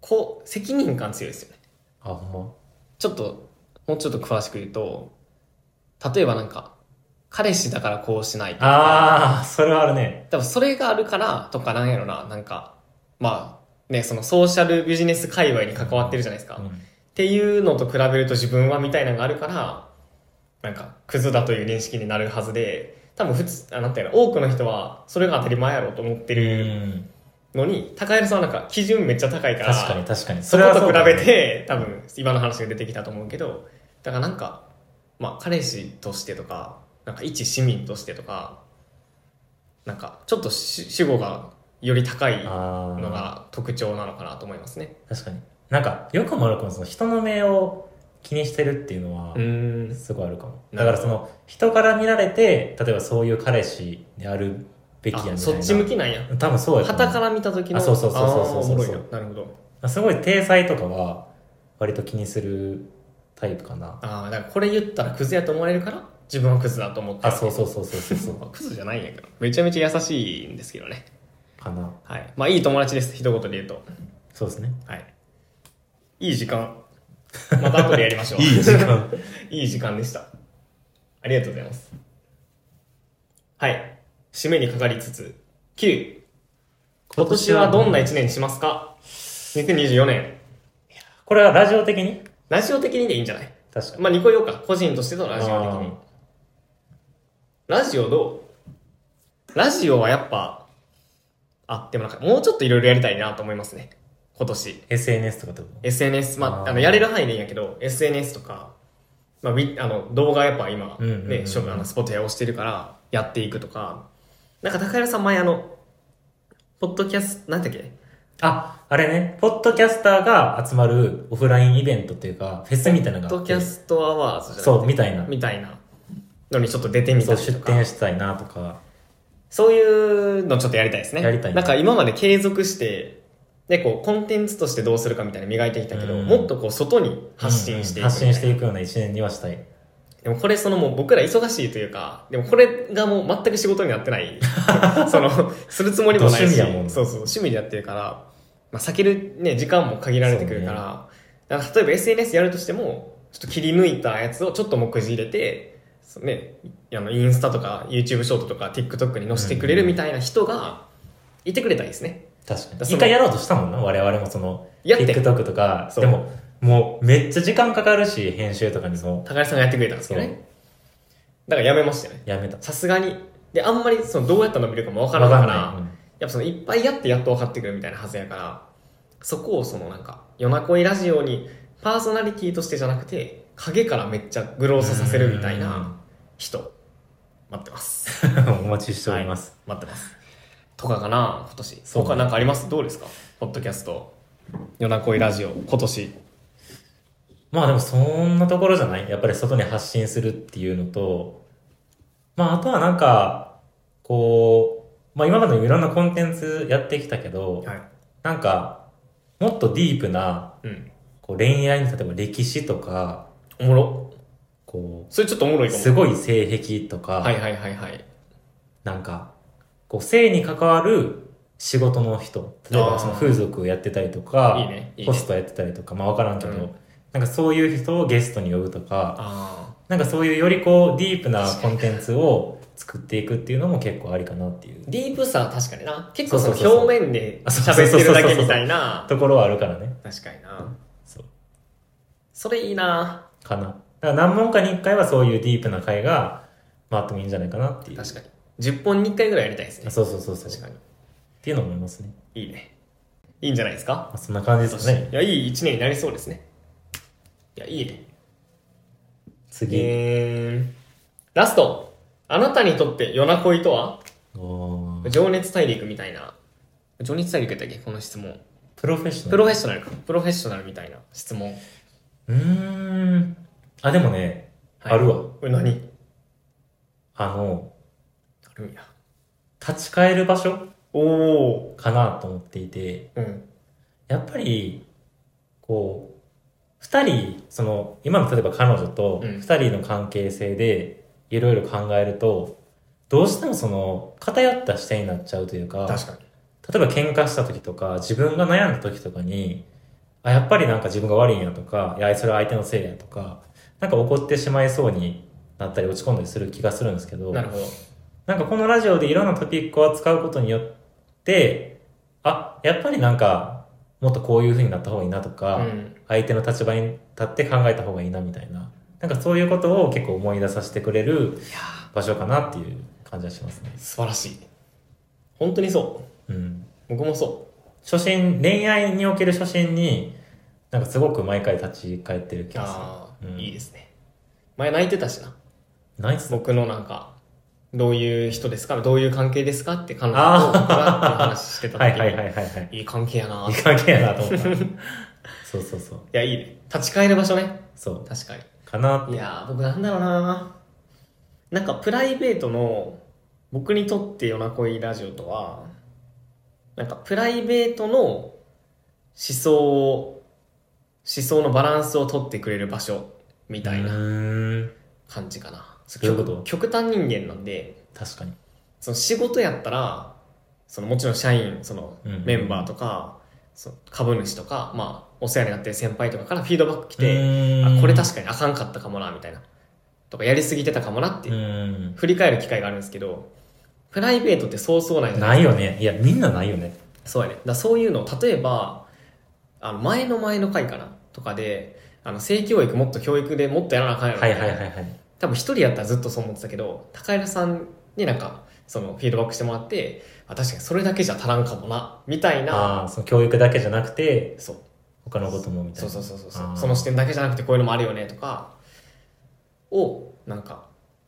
Speaker 2: こう、責任感強いですよね。
Speaker 1: うあほんま
Speaker 2: ちょっと、もうちょっと詳しく言うと、例えばなんか、彼氏だからこうしないとか、
Speaker 1: ああそれはあるね
Speaker 2: 多分それがあるからとかなんやろな、なんか、まあ、ね、そのソーシャルビジネス界隈に関わってるじゃないですか。
Speaker 1: う
Speaker 2: っ
Speaker 1: ん
Speaker 2: ていうのと比べると自分はみたいなのがあるから、なんか、クズだという認識になるはずで、多分普通、あなんていうの、多くの人はそれが当たり前やろうと思ってる
Speaker 1: うん
Speaker 2: のに、高弘さんはなんか基準めっちゃ高いから、
Speaker 1: 確かに確かに
Speaker 2: そこと
Speaker 1: うか
Speaker 2: 比
Speaker 1: も
Speaker 2: べて、多分今の話が出てきたと思うけど、だからなんか、まあ彼氏としてとか、なんか一市民としてとか、なんかちょっとし主語がより高いの
Speaker 1: ああ
Speaker 2: が特徴なのかなと思いますね。
Speaker 1: 確かになんかよくも悪くもその人の目を気にしてるっていうのは
Speaker 2: うん。
Speaker 1: すごいあるかも
Speaker 2: な
Speaker 1: だ
Speaker 2: る
Speaker 1: か
Speaker 2: ほ
Speaker 1: らそ
Speaker 2: ど
Speaker 1: の人から見られて例えばそういう彼氏であるべきやみたい
Speaker 2: あ、
Speaker 1: な
Speaker 2: そっち向きなんや。
Speaker 1: 多分そうやと思う
Speaker 2: 旗から見た時の、
Speaker 1: あそうそうそうそう
Speaker 2: あー
Speaker 1: そう
Speaker 2: お
Speaker 1: そう
Speaker 2: もろいな。なるほど。
Speaker 1: すごい体裁とかは割と気にするタイプかな
Speaker 2: ああ、だからこれ言ったらクズやと思われるから、自分はクズだと思って
Speaker 1: あそうそうそうそうそうそう
Speaker 2: まあクズじゃないんやけど、めちゃめちゃ優しいんですけどね。
Speaker 1: かな
Speaker 2: はい。まあ、いい友達です。一言で言うと。
Speaker 1: そうですね
Speaker 2: はい。いい時間。また後でやりましょう。
Speaker 1: いい時間。
Speaker 2: いい時間でした。ありがとうございます。はい。締めにかかりつつ、9。今年はどんな1年にしますか ?2024 年。
Speaker 1: これはラジオ的に
Speaker 2: ラジオ的にでいいんじゃない
Speaker 1: 確かに
Speaker 2: まあ、2個言おうか。個人としてのラジオ的
Speaker 1: あ
Speaker 2: に
Speaker 1: ー。
Speaker 2: ラジオどうラジオはやっぱ、あ、でもなんか、もうちょっといろいろやりたいなと思いますね。今年。
Speaker 1: SNS とかってこと
Speaker 2: SNS、まあ、
Speaker 1: あー
Speaker 2: あの、やれる範囲でいいんやけど、SNS とか、まあ、ウィあの動画やっぱ今、
Speaker 1: うんうんうん
Speaker 2: ね、勝負あのスポテアをしてるからやっていくとか、なんか高平さん前あの、ポッドキャスト、なんだっけ
Speaker 1: あ、あれね、ポッドキャスターが集まるオフラインイベントっていうか、フェスみたいなの
Speaker 2: ポッ
Speaker 1: があ
Speaker 2: ド
Speaker 1: っ
Speaker 2: キ
Speaker 1: て
Speaker 2: ャ、ストアワーズじゃな
Speaker 1: そ
Speaker 2: く
Speaker 1: う、
Speaker 2: て
Speaker 1: みたいな。
Speaker 2: みたいなのにちょっと出てみ
Speaker 1: そ
Speaker 2: た
Speaker 1: う、
Speaker 2: りと
Speaker 1: 出
Speaker 2: か。
Speaker 1: 店したいなとか。
Speaker 2: そういうのちょっとやりたいですね。
Speaker 1: やりたい
Speaker 2: なんか今まで継続して、で、こう、コンテンツとしてどうするかみたいな磨いてきたけど、
Speaker 1: うん
Speaker 2: もっとこう、外に発信していく、
Speaker 1: うん発信していくような一年にはしたい。
Speaker 2: でもこれそのもう僕ら忙しいというか、でもこれがもう全く仕事になっ てない。その、するつもりもないし。
Speaker 1: ど趣味やもんね
Speaker 2: そうそう、趣味でやってるから、まあ避けるね、時間も限られてくるから、だから例えば SNS やるとしても、ちょっと切り抜いたやつをちょっと目次入れて、そうね、あの、インスタとか YouTube ショートとか TikTok に載せてくれるみたいな人がいてくれたらいいですね。
Speaker 1: 確か
Speaker 2: だ
Speaker 1: に。
Speaker 2: その
Speaker 1: 一回やろうとしたもんな、我々もその、
Speaker 2: やって
Speaker 1: TikTok とか、
Speaker 2: そう
Speaker 1: でも、もうめっちゃ時間かかるし、編集とかにその、
Speaker 2: 高橋さんがやってくれたんですけど
Speaker 1: そう
Speaker 2: ね。だからやめましたよね。
Speaker 1: やめた。
Speaker 2: さすがに。で、あんまりそのどうやったら伸びるかもわからんから、
Speaker 1: わかんないうん
Speaker 2: やっぱそのいっぱいやってやっと分かってくるみたいなはずやから、そこをそのなんか、夜な恋ラジオにパーソナリティとしてじゃなくて、影からめっちゃグロースさせるみたいな人、待ってます。
Speaker 1: お待ちしております。
Speaker 2: 待ってます。とかかな、今年。
Speaker 1: そうね
Speaker 2: 他なんかありますどうですかポッドキャスト、夜な恋ラジオ、今年。
Speaker 1: まあでもそんなところじゃないやっぱり外に発信するっていうのと、まああとはなんか、こう、まあ今までもいろんなコンテンツやってきたけど、
Speaker 2: はい。
Speaker 1: なんか、もっとディープな、
Speaker 2: うん。
Speaker 1: こう恋愛の例えば歴史とか、
Speaker 2: おもろ。
Speaker 1: こ
Speaker 2: それちょっとおもろ
Speaker 1: う、
Speaker 2: いかも。
Speaker 1: すごい性癖とか、
Speaker 2: はいはいはいはい。
Speaker 1: なんか、こう性に関わる仕事の人、例え
Speaker 2: あー
Speaker 1: ばその風俗をやってたりとか、
Speaker 2: いいね。いい
Speaker 1: ホ
Speaker 2: ね。
Speaker 1: ストやってたりとか、まあわからんけど、
Speaker 2: うん
Speaker 1: なんかそういう人をゲストに呼ぶとか、
Speaker 2: あ
Speaker 1: なんかそういうよりこうディープなコンテンツを作っていくっていうのも結構ありかなっていう
Speaker 2: ーディープさは確かにな。結構その
Speaker 1: そうそうそうそう
Speaker 2: 表面で喋ってるだけみたいな。
Speaker 1: ところはあるからね。
Speaker 2: 確かにな。
Speaker 1: そう。
Speaker 2: それいいな
Speaker 1: かな。だから何問かに1回はそういうディープな回が、まああってもいいんじゃないかなっていう。
Speaker 2: 確かに10本に1回ぐらいやりたいですね
Speaker 1: あそうそうそうそう。
Speaker 2: 確か
Speaker 1: に。っていうのも思いますね。
Speaker 2: にいいねいいんじゃないですか
Speaker 1: まあ、そんな感じですかね。
Speaker 2: いやいい1年になりそうですねいやいいね
Speaker 1: 次。
Speaker 2: えー、ラストあなたにとって夜な恋とは
Speaker 1: おー
Speaker 2: 情熱大陸みたいな情熱大陸やったっけこの質問
Speaker 1: プロフェッショナ
Speaker 2: プ
Speaker 1: ル。
Speaker 2: ロフェッショナルかプロフェッショナルみたいな質問、
Speaker 1: うーん。あ、でもね、
Speaker 2: はい
Speaker 1: あるわ。
Speaker 2: これ何
Speaker 1: あの、
Speaker 2: あるんや
Speaker 1: 立ち返る場所
Speaker 2: おお
Speaker 1: かなと思っていて、
Speaker 2: うん
Speaker 1: やっぱり、こう、二人、その、今の例えば彼女と
Speaker 2: うん
Speaker 1: 二人の関係性でいろいろ考えると、どうしてもその、偏った視点になっちゃうというか、
Speaker 2: 確かに
Speaker 1: 例えば喧嘩した時とか、自分が悩んだ時とかに、あ、やっぱりなんか自分が悪いんやとか、いや、それは相手のせいやとか、なんか怒ってしまいそうになったり落ち込んだりする気がするんですけど、
Speaker 2: なるほど
Speaker 1: なんかこのラジオでいろんなトピックを扱うことによって、あ、やっぱりなんか、もっとこういう風になった方がいいなとか、
Speaker 2: うん
Speaker 1: 相手の立場に立って考えた方がいいなみたいな、なんかそういうことを結構思い出させてくれる
Speaker 2: いやー
Speaker 1: 場所かなっていう感じはしますね。
Speaker 2: 素晴らしい本当にそ
Speaker 1: うん。
Speaker 2: う僕もそう
Speaker 1: 初心、恋愛における初心に、なんかすごく毎回立ち返ってる気がす
Speaker 2: ああ、
Speaker 1: うん
Speaker 2: いいですね前泣いてたしな
Speaker 1: る。ナイ ス。
Speaker 2: 僕のなんかどういう人ですかどういう関係ですかって彼女と僕がっていう話してた時
Speaker 1: は
Speaker 2: に
Speaker 1: いはいはいはいはい。
Speaker 2: いい関係やな
Speaker 1: い
Speaker 2: いい
Speaker 1: 関係やなと思った。そうそうそう。
Speaker 2: やいいね立ち返る場所ね
Speaker 1: そ
Speaker 2: 確かに
Speaker 1: う。かな。
Speaker 2: いやー僕なんだろうななんかプライベートの僕にとって夜な恋ラジオとはなんかプライベートの思想を思想のバランスを取ってくれる場所みたいな
Speaker 1: うーん。
Speaker 2: 感じかな
Speaker 1: どういうこと
Speaker 2: 極極端人間なんで
Speaker 1: 確かに。
Speaker 2: その仕事やったらそのもちろん社員その
Speaker 1: うん
Speaker 2: メンバーとか、その株主とか、まあ、お世話になってる先輩とかからフィードバック来て、
Speaker 1: て
Speaker 2: あこれ確かにあかんかったかもなみたいなとかやりすぎてたかもなって、
Speaker 1: うん。
Speaker 2: 振り返る機会があるんですけどプライベートってそうそうないじゃな
Speaker 1: ないい
Speaker 2: です
Speaker 1: よね。いや、みんなないよね。
Speaker 2: かそうやねだからそういうのを例えばあの前の前の回かなとかであの性教育もっと教育でもっとやらなあかんやろみ
Speaker 1: は
Speaker 2: た
Speaker 1: い
Speaker 2: い
Speaker 1: は
Speaker 2: ない
Speaker 1: はいはい。
Speaker 2: 多分一人やったらずっとそう思ってたけど高平さんになんかそのフィードバックしてもらってあ確かにそれだけじゃ足らんかもなみたいな
Speaker 1: ああ、その教育だけじゃなくて、
Speaker 2: そう
Speaker 1: 他のこともみたい
Speaker 2: そう
Speaker 1: な。
Speaker 2: そうそうそう
Speaker 1: あー
Speaker 2: その視点だけじゃなくてこういうのもあるよねとかをなんか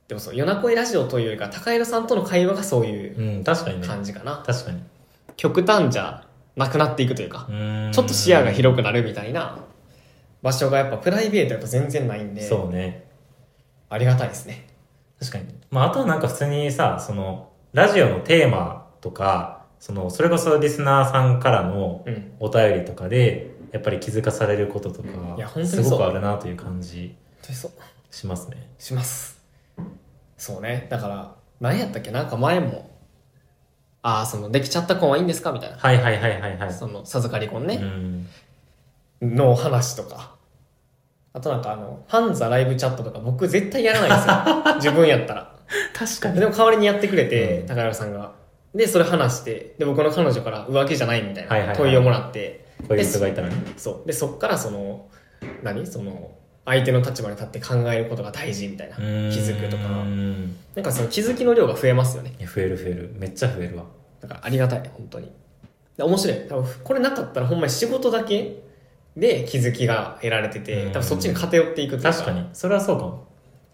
Speaker 2: でもその夜な恋ラジオというよりか高井さんとの会話がそういう
Speaker 1: うん、確かにね。
Speaker 2: 感じかな、
Speaker 1: 確かに。
Speaker 2: 極端じゃなくなっていくというか、
Speaker 1: うーん
Speaker 2: ちょっと視野が広くなるみたいな場所がやっぱプライベートやと全然ないんで
Speaker 1: そうね。
Speaker 2: ありがたいですね
Speaker 1: 確かに。まあ、あとはなんか普通にさ、その、ラジオのテーマとか、その、それこそリスナーさんからの
Speaker 2: うん
Speaker 1: お便りとかで、やっぱり気づかされることと
Speaker 2: うんいや
Speaker 1: か
Speaker 2: 本、当にそ
Speaker 1: す
Speaker 2: う
Speaker 1: ごくあるなという感じ
Speaker 2: そう
Speaker 1: しますね。
Speaker 2: しますそうねだから何やったっけなんか前もああそのできちゃった婚はいいんですかみたいな
Speaker 1: はいはいはいはいはい。
Speaker 2: その授かり婚
Speaker 1: う
Speaker 2: ね、
Speaker 1: ん。
Speaker 2: の話とかあとなんかあのファンザライブチャットとか僕絶対やらな いんですよ自分やったら
Speaker 1: 確か
Speaker 2: でも代わりにやってくれて、
Speaker 1: うん
Speaker 2: 高原さんがでそれ話してで僕の彼女から浮気じゃないみたいな、
Speaker 1: はいはいはい
Speaker 2: 問いをもらって
Speaker 1: 恋人がいたらね。
Speaker 2: そうでそっからその何その相手の立場に立って考えることが大事みたいな気づくとか
Speaker 1: うん
Speaker 2: なんかその気づきの量が増えますよね
Speaker 1: いや増える増える。めっちゃ増えるわ。
Speaker 2: だからありがたい本当にで面白い多分これなかったらほんまに仕事だけで気づきが得られてて
Speaker 1: うん
Speaker 2: 多分そっちに偏っていくという
Speaker 1: 確かに。それはそうかも。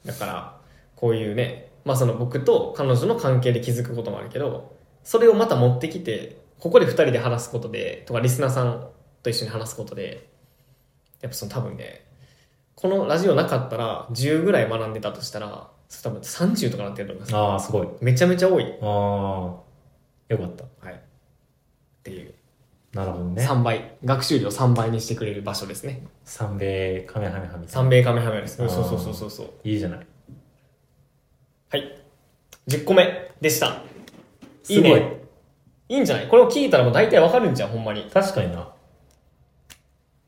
Speaker 2: だからこういうねまあその僕と彼女の関係で気づくこともあるけどそれをまた持ってきてここで2人で話すことでとかリスナーさんと一緒に話すことでやっぱその多分ねこのラジオなかったら10ぐらい学んでたとしたらそれ多分30とかなってると思います
Speaker 1: ああ、すごい。
Speaker 2: めちゃめちゃ多い、
Speaker 1: ああ、よかった。
Speaker 2: はい、っていう
Speaker 1: なるほどね。
Speaker 2: 3倍、学習量3倍にしてくれる場所ですね
Speaker 1: 三米カメハメハみたい
Speaker 2: 三
Speaker 1: な。
Speaker 2: 米カメハメです
Speaker 1: あー
Speaker 2: そうそうそうそうそう
Speaker 1: いいじゃない。
Speaker 2: はい10個目でしたい
Speaker 1: す
Speaker 2: い
Speaker 1: ごい。
Speaker 2: ねいいんじゃないこれを聞いたらもう大体わかるんじゃんほんまに
Speaker 1: 確かにな。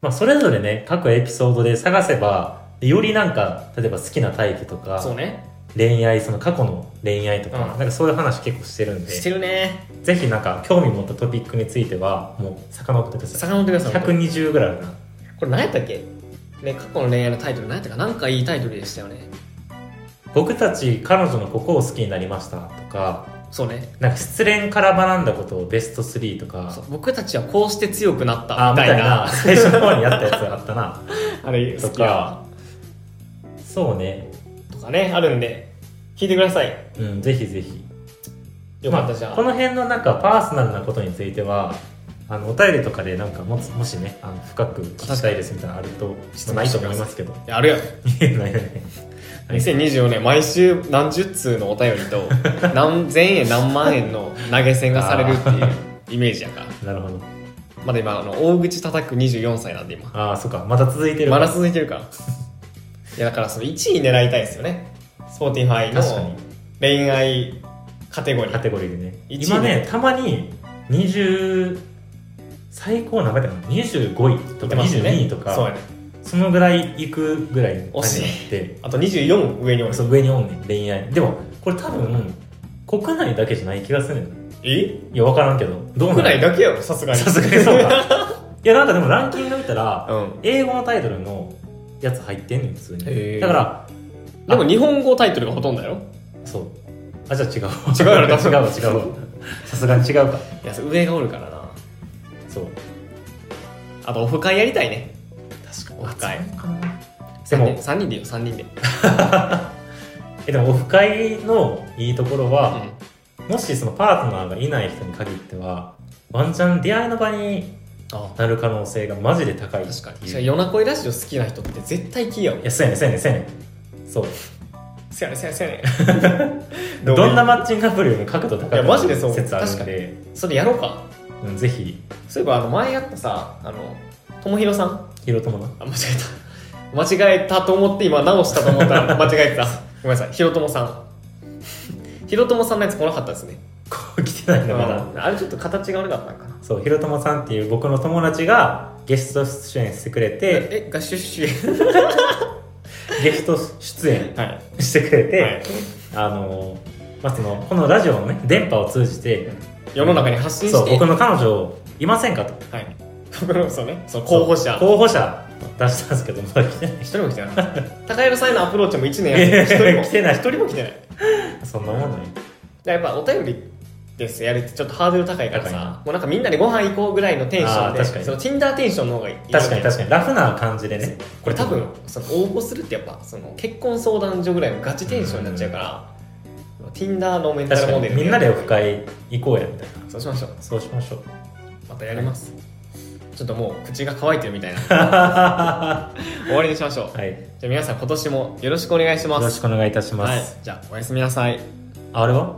Speaker 1: まあ、それぞれね、各エピソードで探せば、よりなんか、例えば好きなタイプと
Speaker 2: そう
Speaker 1: か、
Speaker 2: ね
Speaker 1: 恋愛、その過去の恋愛とか、
Speaker 2: うん
Speaker 1: なんかそういう話結構してるんで、
Speaker 2: してるね
Speaker 1: ぜひなんか興味持ったトピックについては、もう遡ってください。
Speaker 2: 遡ってくださいこ
Speaker 1: 120ぐらいあるな。
Speaker 2: れ何やったっけね過去の恋愛のタイトル何やったかなんかいいタイトルでしたよね
Speaker 1: 僕たち彼女のここを好きになりましたとか、
Speaker 2: そうね
Speaker 1: なんか失恋から学んだことをベスト3とか
Speaker 2: そう、僕たちはこうして強くなった
Speaker 1: あ、
Speaker 2: み
Speaker 1: み
Speaker 2: た
Speaker 1: た
Speaker 2: い
Speaker 1: い
Speaker 2: な
Speaker 1: な、最初の方にやったやつがあったな。
Speaker 2: あれ
Speaker 1: と
Speaker 2: 好きや
Speaker 1: か、そうね。
Speaker 2: とかねあるんで聞いてください
Speaker 1: うん、ぜひぜひ。
Speaker 2: よかった
Speaker 1: まあ
Speaker 2: じゃあ、
Speaker 1: この辺のなんかパーソナルなことについては、あの、お便りとかでなんかもつ、もしね、あの深く聞きたいですみたいなのあると、まあないと思いますけど。
Speaker 2: いやあるやん
Speaker 1: ないないないはい
Speaker 2: 2024年毎週何十通のお便り と何千円何万円の投げ銭がされるっていうイメージやから
Speaker 1: なるほど。
Speaker 2: まだ今あの大口叩く24歳なんで今
Speaker 1: ああ、そっか。まだ続いてる。
Speaker 2: まだ続いてるから いやだからその1位狙いたいですよね45
Speaker 1: 確かに
Speaker 2: の。恋愛カテゴリ
Speaker 1: カ
Speaker 2: ー
Speaker 1: テゴリーでね。
Speaker 2: 一位
Speaker 1: 今ね、たまに、20、最高なんかだよね25位とか22位とか、
Speaker 2: そうやね
Speaker 1: そのぐらい行くぐらいの
Speaker 2: 惜しい
Speaker 1: で
Speaker 2: あと24上におる
Speaker 1: そう上におんねん恋愛でもこれ多分国内だけじゃない気がするねん
Speaker 2: え
Speaker 1: いや分からんけどどうなの
Speaker 2: 国内だけやろさすがに
Speaker 1: さすがにそう かいやなんかでもランキング見たら
Speaker 2: うん
Speaker 1: 英語のタイトルのやつ入ってんねん普通
Speaker 2: へー
Speaker 1: にだから
Speaker 2: でも日本語タイトルがほとんどやろ
Speaker 1: そうあじゃあ違う
Speaker 2: 違うやろ多
Speaker 1: 違う
Speaker 2: 分
Speaker 1: わ違うわさすがに違うか
Speaker 2: いやそう上がおるからな
Speaker 1: そう
Speaker 2: あとオフ会やりたいね
Speaker 1: 確
Speaker 2: に
Speaker 1: でも
Speaker 2: 3人でいいよ3人で、
Speaker 1: えでもオフ会のいいところは、
Speaker 2: うん
Speaker 1: もしそのパートナーがいない人に限ってはワンチャン出会いの場に
Speaker 2: あ
Speaker 1: なる可能性がマジで高い
Speaker 2: 確かにし
Speaker 1: いや
Speaker 2: かも
Speaker 1: い
Speaker 2: 夜な恋ラジオ好きな人って絶対聞いやん
Speaker 1: やそうやねんそうやねんそうやねんそう
Speaker 2: せやねせやねせやね
Speaker 1: どんなマッチングアプリよりも確度高い
Speaker 2: いやマジでそう
Speaker 1: 説あるんで、
Speaker 2: それやろうか
Speaker 1: うん、ぜひ
Speaker 2: そういえばあの前やったさあのともひろさん
Speaker 1: ヒロトモの
Speaker 2: あ間違えた間違えたと思って今直したと思った ら間違えてたごめんなさいひろともさんひろともさんのやつ来なかったですね
Speaker 1: こう来てないんだまだ、
Speaker 2: うんあれちょっと形が悪かったんかな
Speaker 1: そうヒロトモさんっていう僕の友達がゲスト出演してくれて
Speaker 2: えガシュッシュ
Speaker 1: ゲスト出演
Speaker 2: はい
Speaker 1: してくれて、
Speaker 2: はい
Speaker 1: あのまあそのこのラジオのね電波を通じて
Speaker 2: 世の中に発信して
Speaker 1: そう僕の彼女いませんかと
Speaker 2: はい僕のそうねその 候補者
Speaker 1: 候補者出したんですけどまだ来てない
Speaker 2: 一人も来てない高山さんへのアプローチも1年 や
Speaker 1: 来てない
Speaker 2: 一人も来てない
Speaker 1: そんなもんだね
Speaker 2: じゃあやっぱお便りですやるってちょっとハードル高いから
Speaker 1: 高いな
Speaker 2: さもうなんかみんなでご飯行こうぐらいのテンション
Speaker 1: あ
Speaker 2: で
Speaker 1: ー確かに
Speaker 2: その Tinder テンションの方がいい
Speaker 1: 確かに確かにラフな感じでね
Speaker 2: これ多分その応募するってやっぱその結婚相談所ぐらいのガチテンションになっちゃうから、Tinder のメンタ
Speaker 1: 確
Speaker 2: ル
Speaker 1: か
Speaker 2: モ
Speaker 1: に
Speaker 2: デル
Speaker 1: みんなでオフ
Speaker 2: い
Speaker 1: 会行こうやみたいな
Speaker 2: そうしましょう
Speaker 1: そうしま しょう
Speaker 2: またやります、ちょっともう口が乾いてる みたいな
Speaker 1: は
Speaker 2: 終わりにしましょう
Speaker 1: いよ
Speaker 2: じゃあ皆さん今年もよろしくお願いします
Speaker 1: ろしくお願いいたしま
Speaker 2: はい
Speaker 1: す、
Speaker 2: じゃあおやすみなさい
Speaker 1: ああれは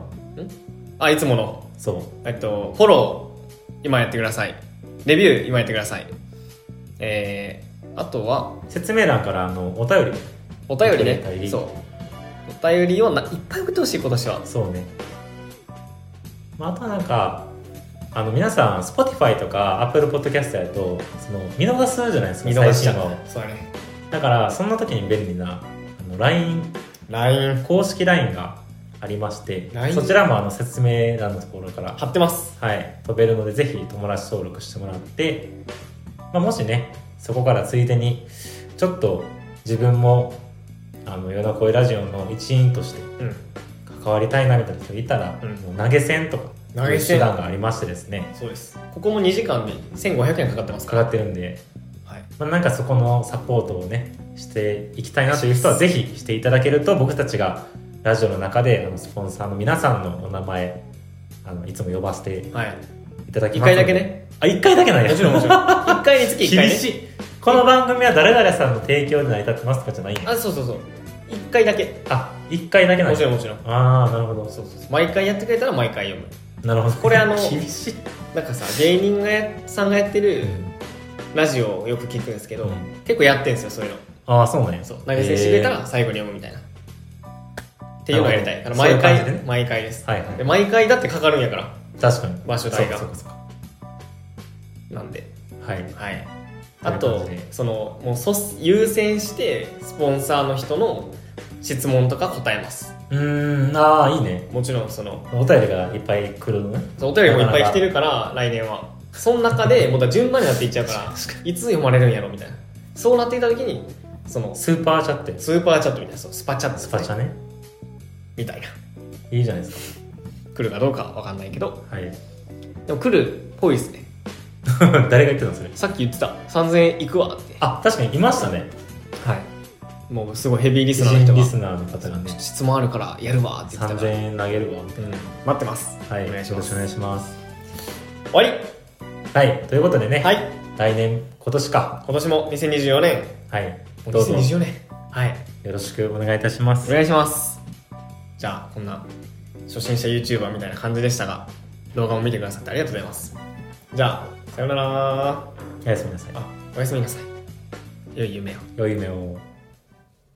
Speaker 2: あいつもの
Speaker 1: そう
Speaker 2: えっとフォロー今やってくださいレビュー今やってくださいえー、あとは
Speaker 1: 説明欄からあのお便り
Speaker 2: お便りね
Speaker 1: お便り
Speaker 2: そうお便りをないっぱい送ってほしい今年は
Speaker 1: そうね、まあ、あとはなんかあの皆さん Spotify とか Apple Podcast やるとその見逃すじゃないですか
Speaker 2: 見逃しちゃ
Speaker 1: 最新話
Speaker 2: う
Speaker 1: を
Speaker 2: そうだね
Speaker 1: だからそんな時に便利なあの LINE
Speaker 2: LINE
Speaker 1: 公式 LINE がありまして
Speaker 2: LINE
Speaker 1: そちらもあの説明欄のところから
Speaker 2: 貼ってます
Speaker 1: はい、飛べるので、ぜひ友達登録してもらって、まあ、もしね、そこからついでに、ちょっと自分も、あの、夜の声ラジオの一員として
Speaker 2: うん
Speaker 1: 関わりたいなみたいな人いたら、
Speaker 2: うん
Speaker 1: もう投げ銭とか、
Speaker 2: 投げ銭
Speaker 1: 手段がありましてですね、
Speaker 2: そうですここも2時間で1500円かかってますか
Speaker 1: か
Speaker 2: ら
Speaker 1: かってるんで、
Speaker 2: はい
Speaker 1: まあ、なんかそこのサポートをね、していきたいなという人は、ぜひしていただけると、僕たちがラジオの中で、あの、スポンサーの皆さんのお名前、あの、いつも呼ばせて
Speaker 2: はい
Speaker 1: いただき
Speaker 2: 1
Speaker 1: ますので。
Speaker 2: 回だけね
Speaker 1: あ、一回だけなんや。
Speaker 2: もちろんもちろん1回につき1回ね
Speaker 1: 厳しいこの番組は誰々さんの提供で成り立ってますとかじゃないんや
Speaker 2: あそうそうそう1回だけ
Speaker 1: あ一1回だけなん
Speaker 2: もち
Speaker 1: や
Speaker 2: ろんもちろん
Speaker 1: ああなるほど
Speaker 2: そうそうそう毎回やってくれたら毎回読む
Speaker 1: なるほど
Speaker 2: これあの
Speaker 1: 厳しい、
Speaker 2: なんかさ芸人がやさんがやってるラジオをよく聞くんですけど、
Speaker 1: うん
Speaker 2: 結構やってんですよそういうの
Speaker 1: ああそうなんや
Speaker 2: そう投げ銭してくれた
Speaker 1: へ
Speaker 2: ら最後に読むみたいな、っていうのをやりたい
Speaker 1: な
Speaker 2: か
Speaker 1: る
Speaker 2: ら
Speaker 1: ほど
Speaker 2: 毎
Speaker 1: そういう
Speaker 2: 回
Speaker 1: 感じでね
Speaker 2: 毎回です、
Speaker 1: ーはいは
Speaker 2: で
Speaker 1: い
Speaker 2: 毎回だってかかるんやから
Speaker 1: 確かに
Speaker 2: 場所代が
Speaker 1: そうかそうか
Speaker 2: なんで
Speaker 1: そうかはい
Speaker 2: はい
Speaker 1: こう
Speaker 2: あ
Speaker 1: いう感
Speaker 2: と
Speaker 1: じで
Speaker 2: そのもうそ優先してスポンサーの人の質問とか答えます
Speaker 1: うーんああいいね
Speaker 2: もちろんその
Speaker 1: お便りがいっぱい来るのね
Speaker 2: そうお便りもいっぱい来てるから来年はその中 でもうだから順番になっていっちゃうからいつ読まれるんやろみたいなそうなっていた時にその
Speaker 1: スーパーチャットや
Speaker 2: スーパーチャットみたいなそうスパチャット、
Speaker 1: スパチャね
Speaker 2: みたいない
Speaker 1: いじゃないです
Speaker 2: 来るかどうかわかんないけど
Speaker 1: かはい
Speaker 2: でも来るっぽいですね
Speaker 1: 誰が言ってたのそれ
Speaker 2: さっき言ってた3000円いくわって
Speaker 1: あ確かにいましたね
Speaker 2: はいもうすごいヘビーリ
Speaker 1: リ
Speaker 2: スナーの人
Speaker 1: リ
Speaker 2: が
Speaker 1: スナーの方がね
Speaker 2: ちょっと質問あるからやるわって言ってたか
Speaker 1: 3000
Speaker 2: ら、
Speaker 1: 円投げるわ
Speaker 2: うん、待ってます
Speaker 1: はい
Speaker 2: お願いし
Speaker 1: よろ
Speaker 2: ま
Speaker 1: し
Speaker 2: す
Speaker 1: くお願いします
Speaker 2: 終わり
Speaker 1: はいということでね、
Speaker 2: はい
Speaker 1: 来年今年か
Speaker 2: 今年も2024年
Speaker 1: はいどうぞよ
Speaker 2: 2024年はい
Speaker 1: ろしくお願いいたしま
Speaker 2: お
Speaker 1: す
Speaker 2: 願いしますじゃあこんな初心者 YouTuber みたいな感じでしたが動画も見てくださってありがとうございますじゃあさようなら
Speaker 1: おやすみなさい
Speaker 2: あおやすみなさい良い夢を
Speaker 1: 良い夢を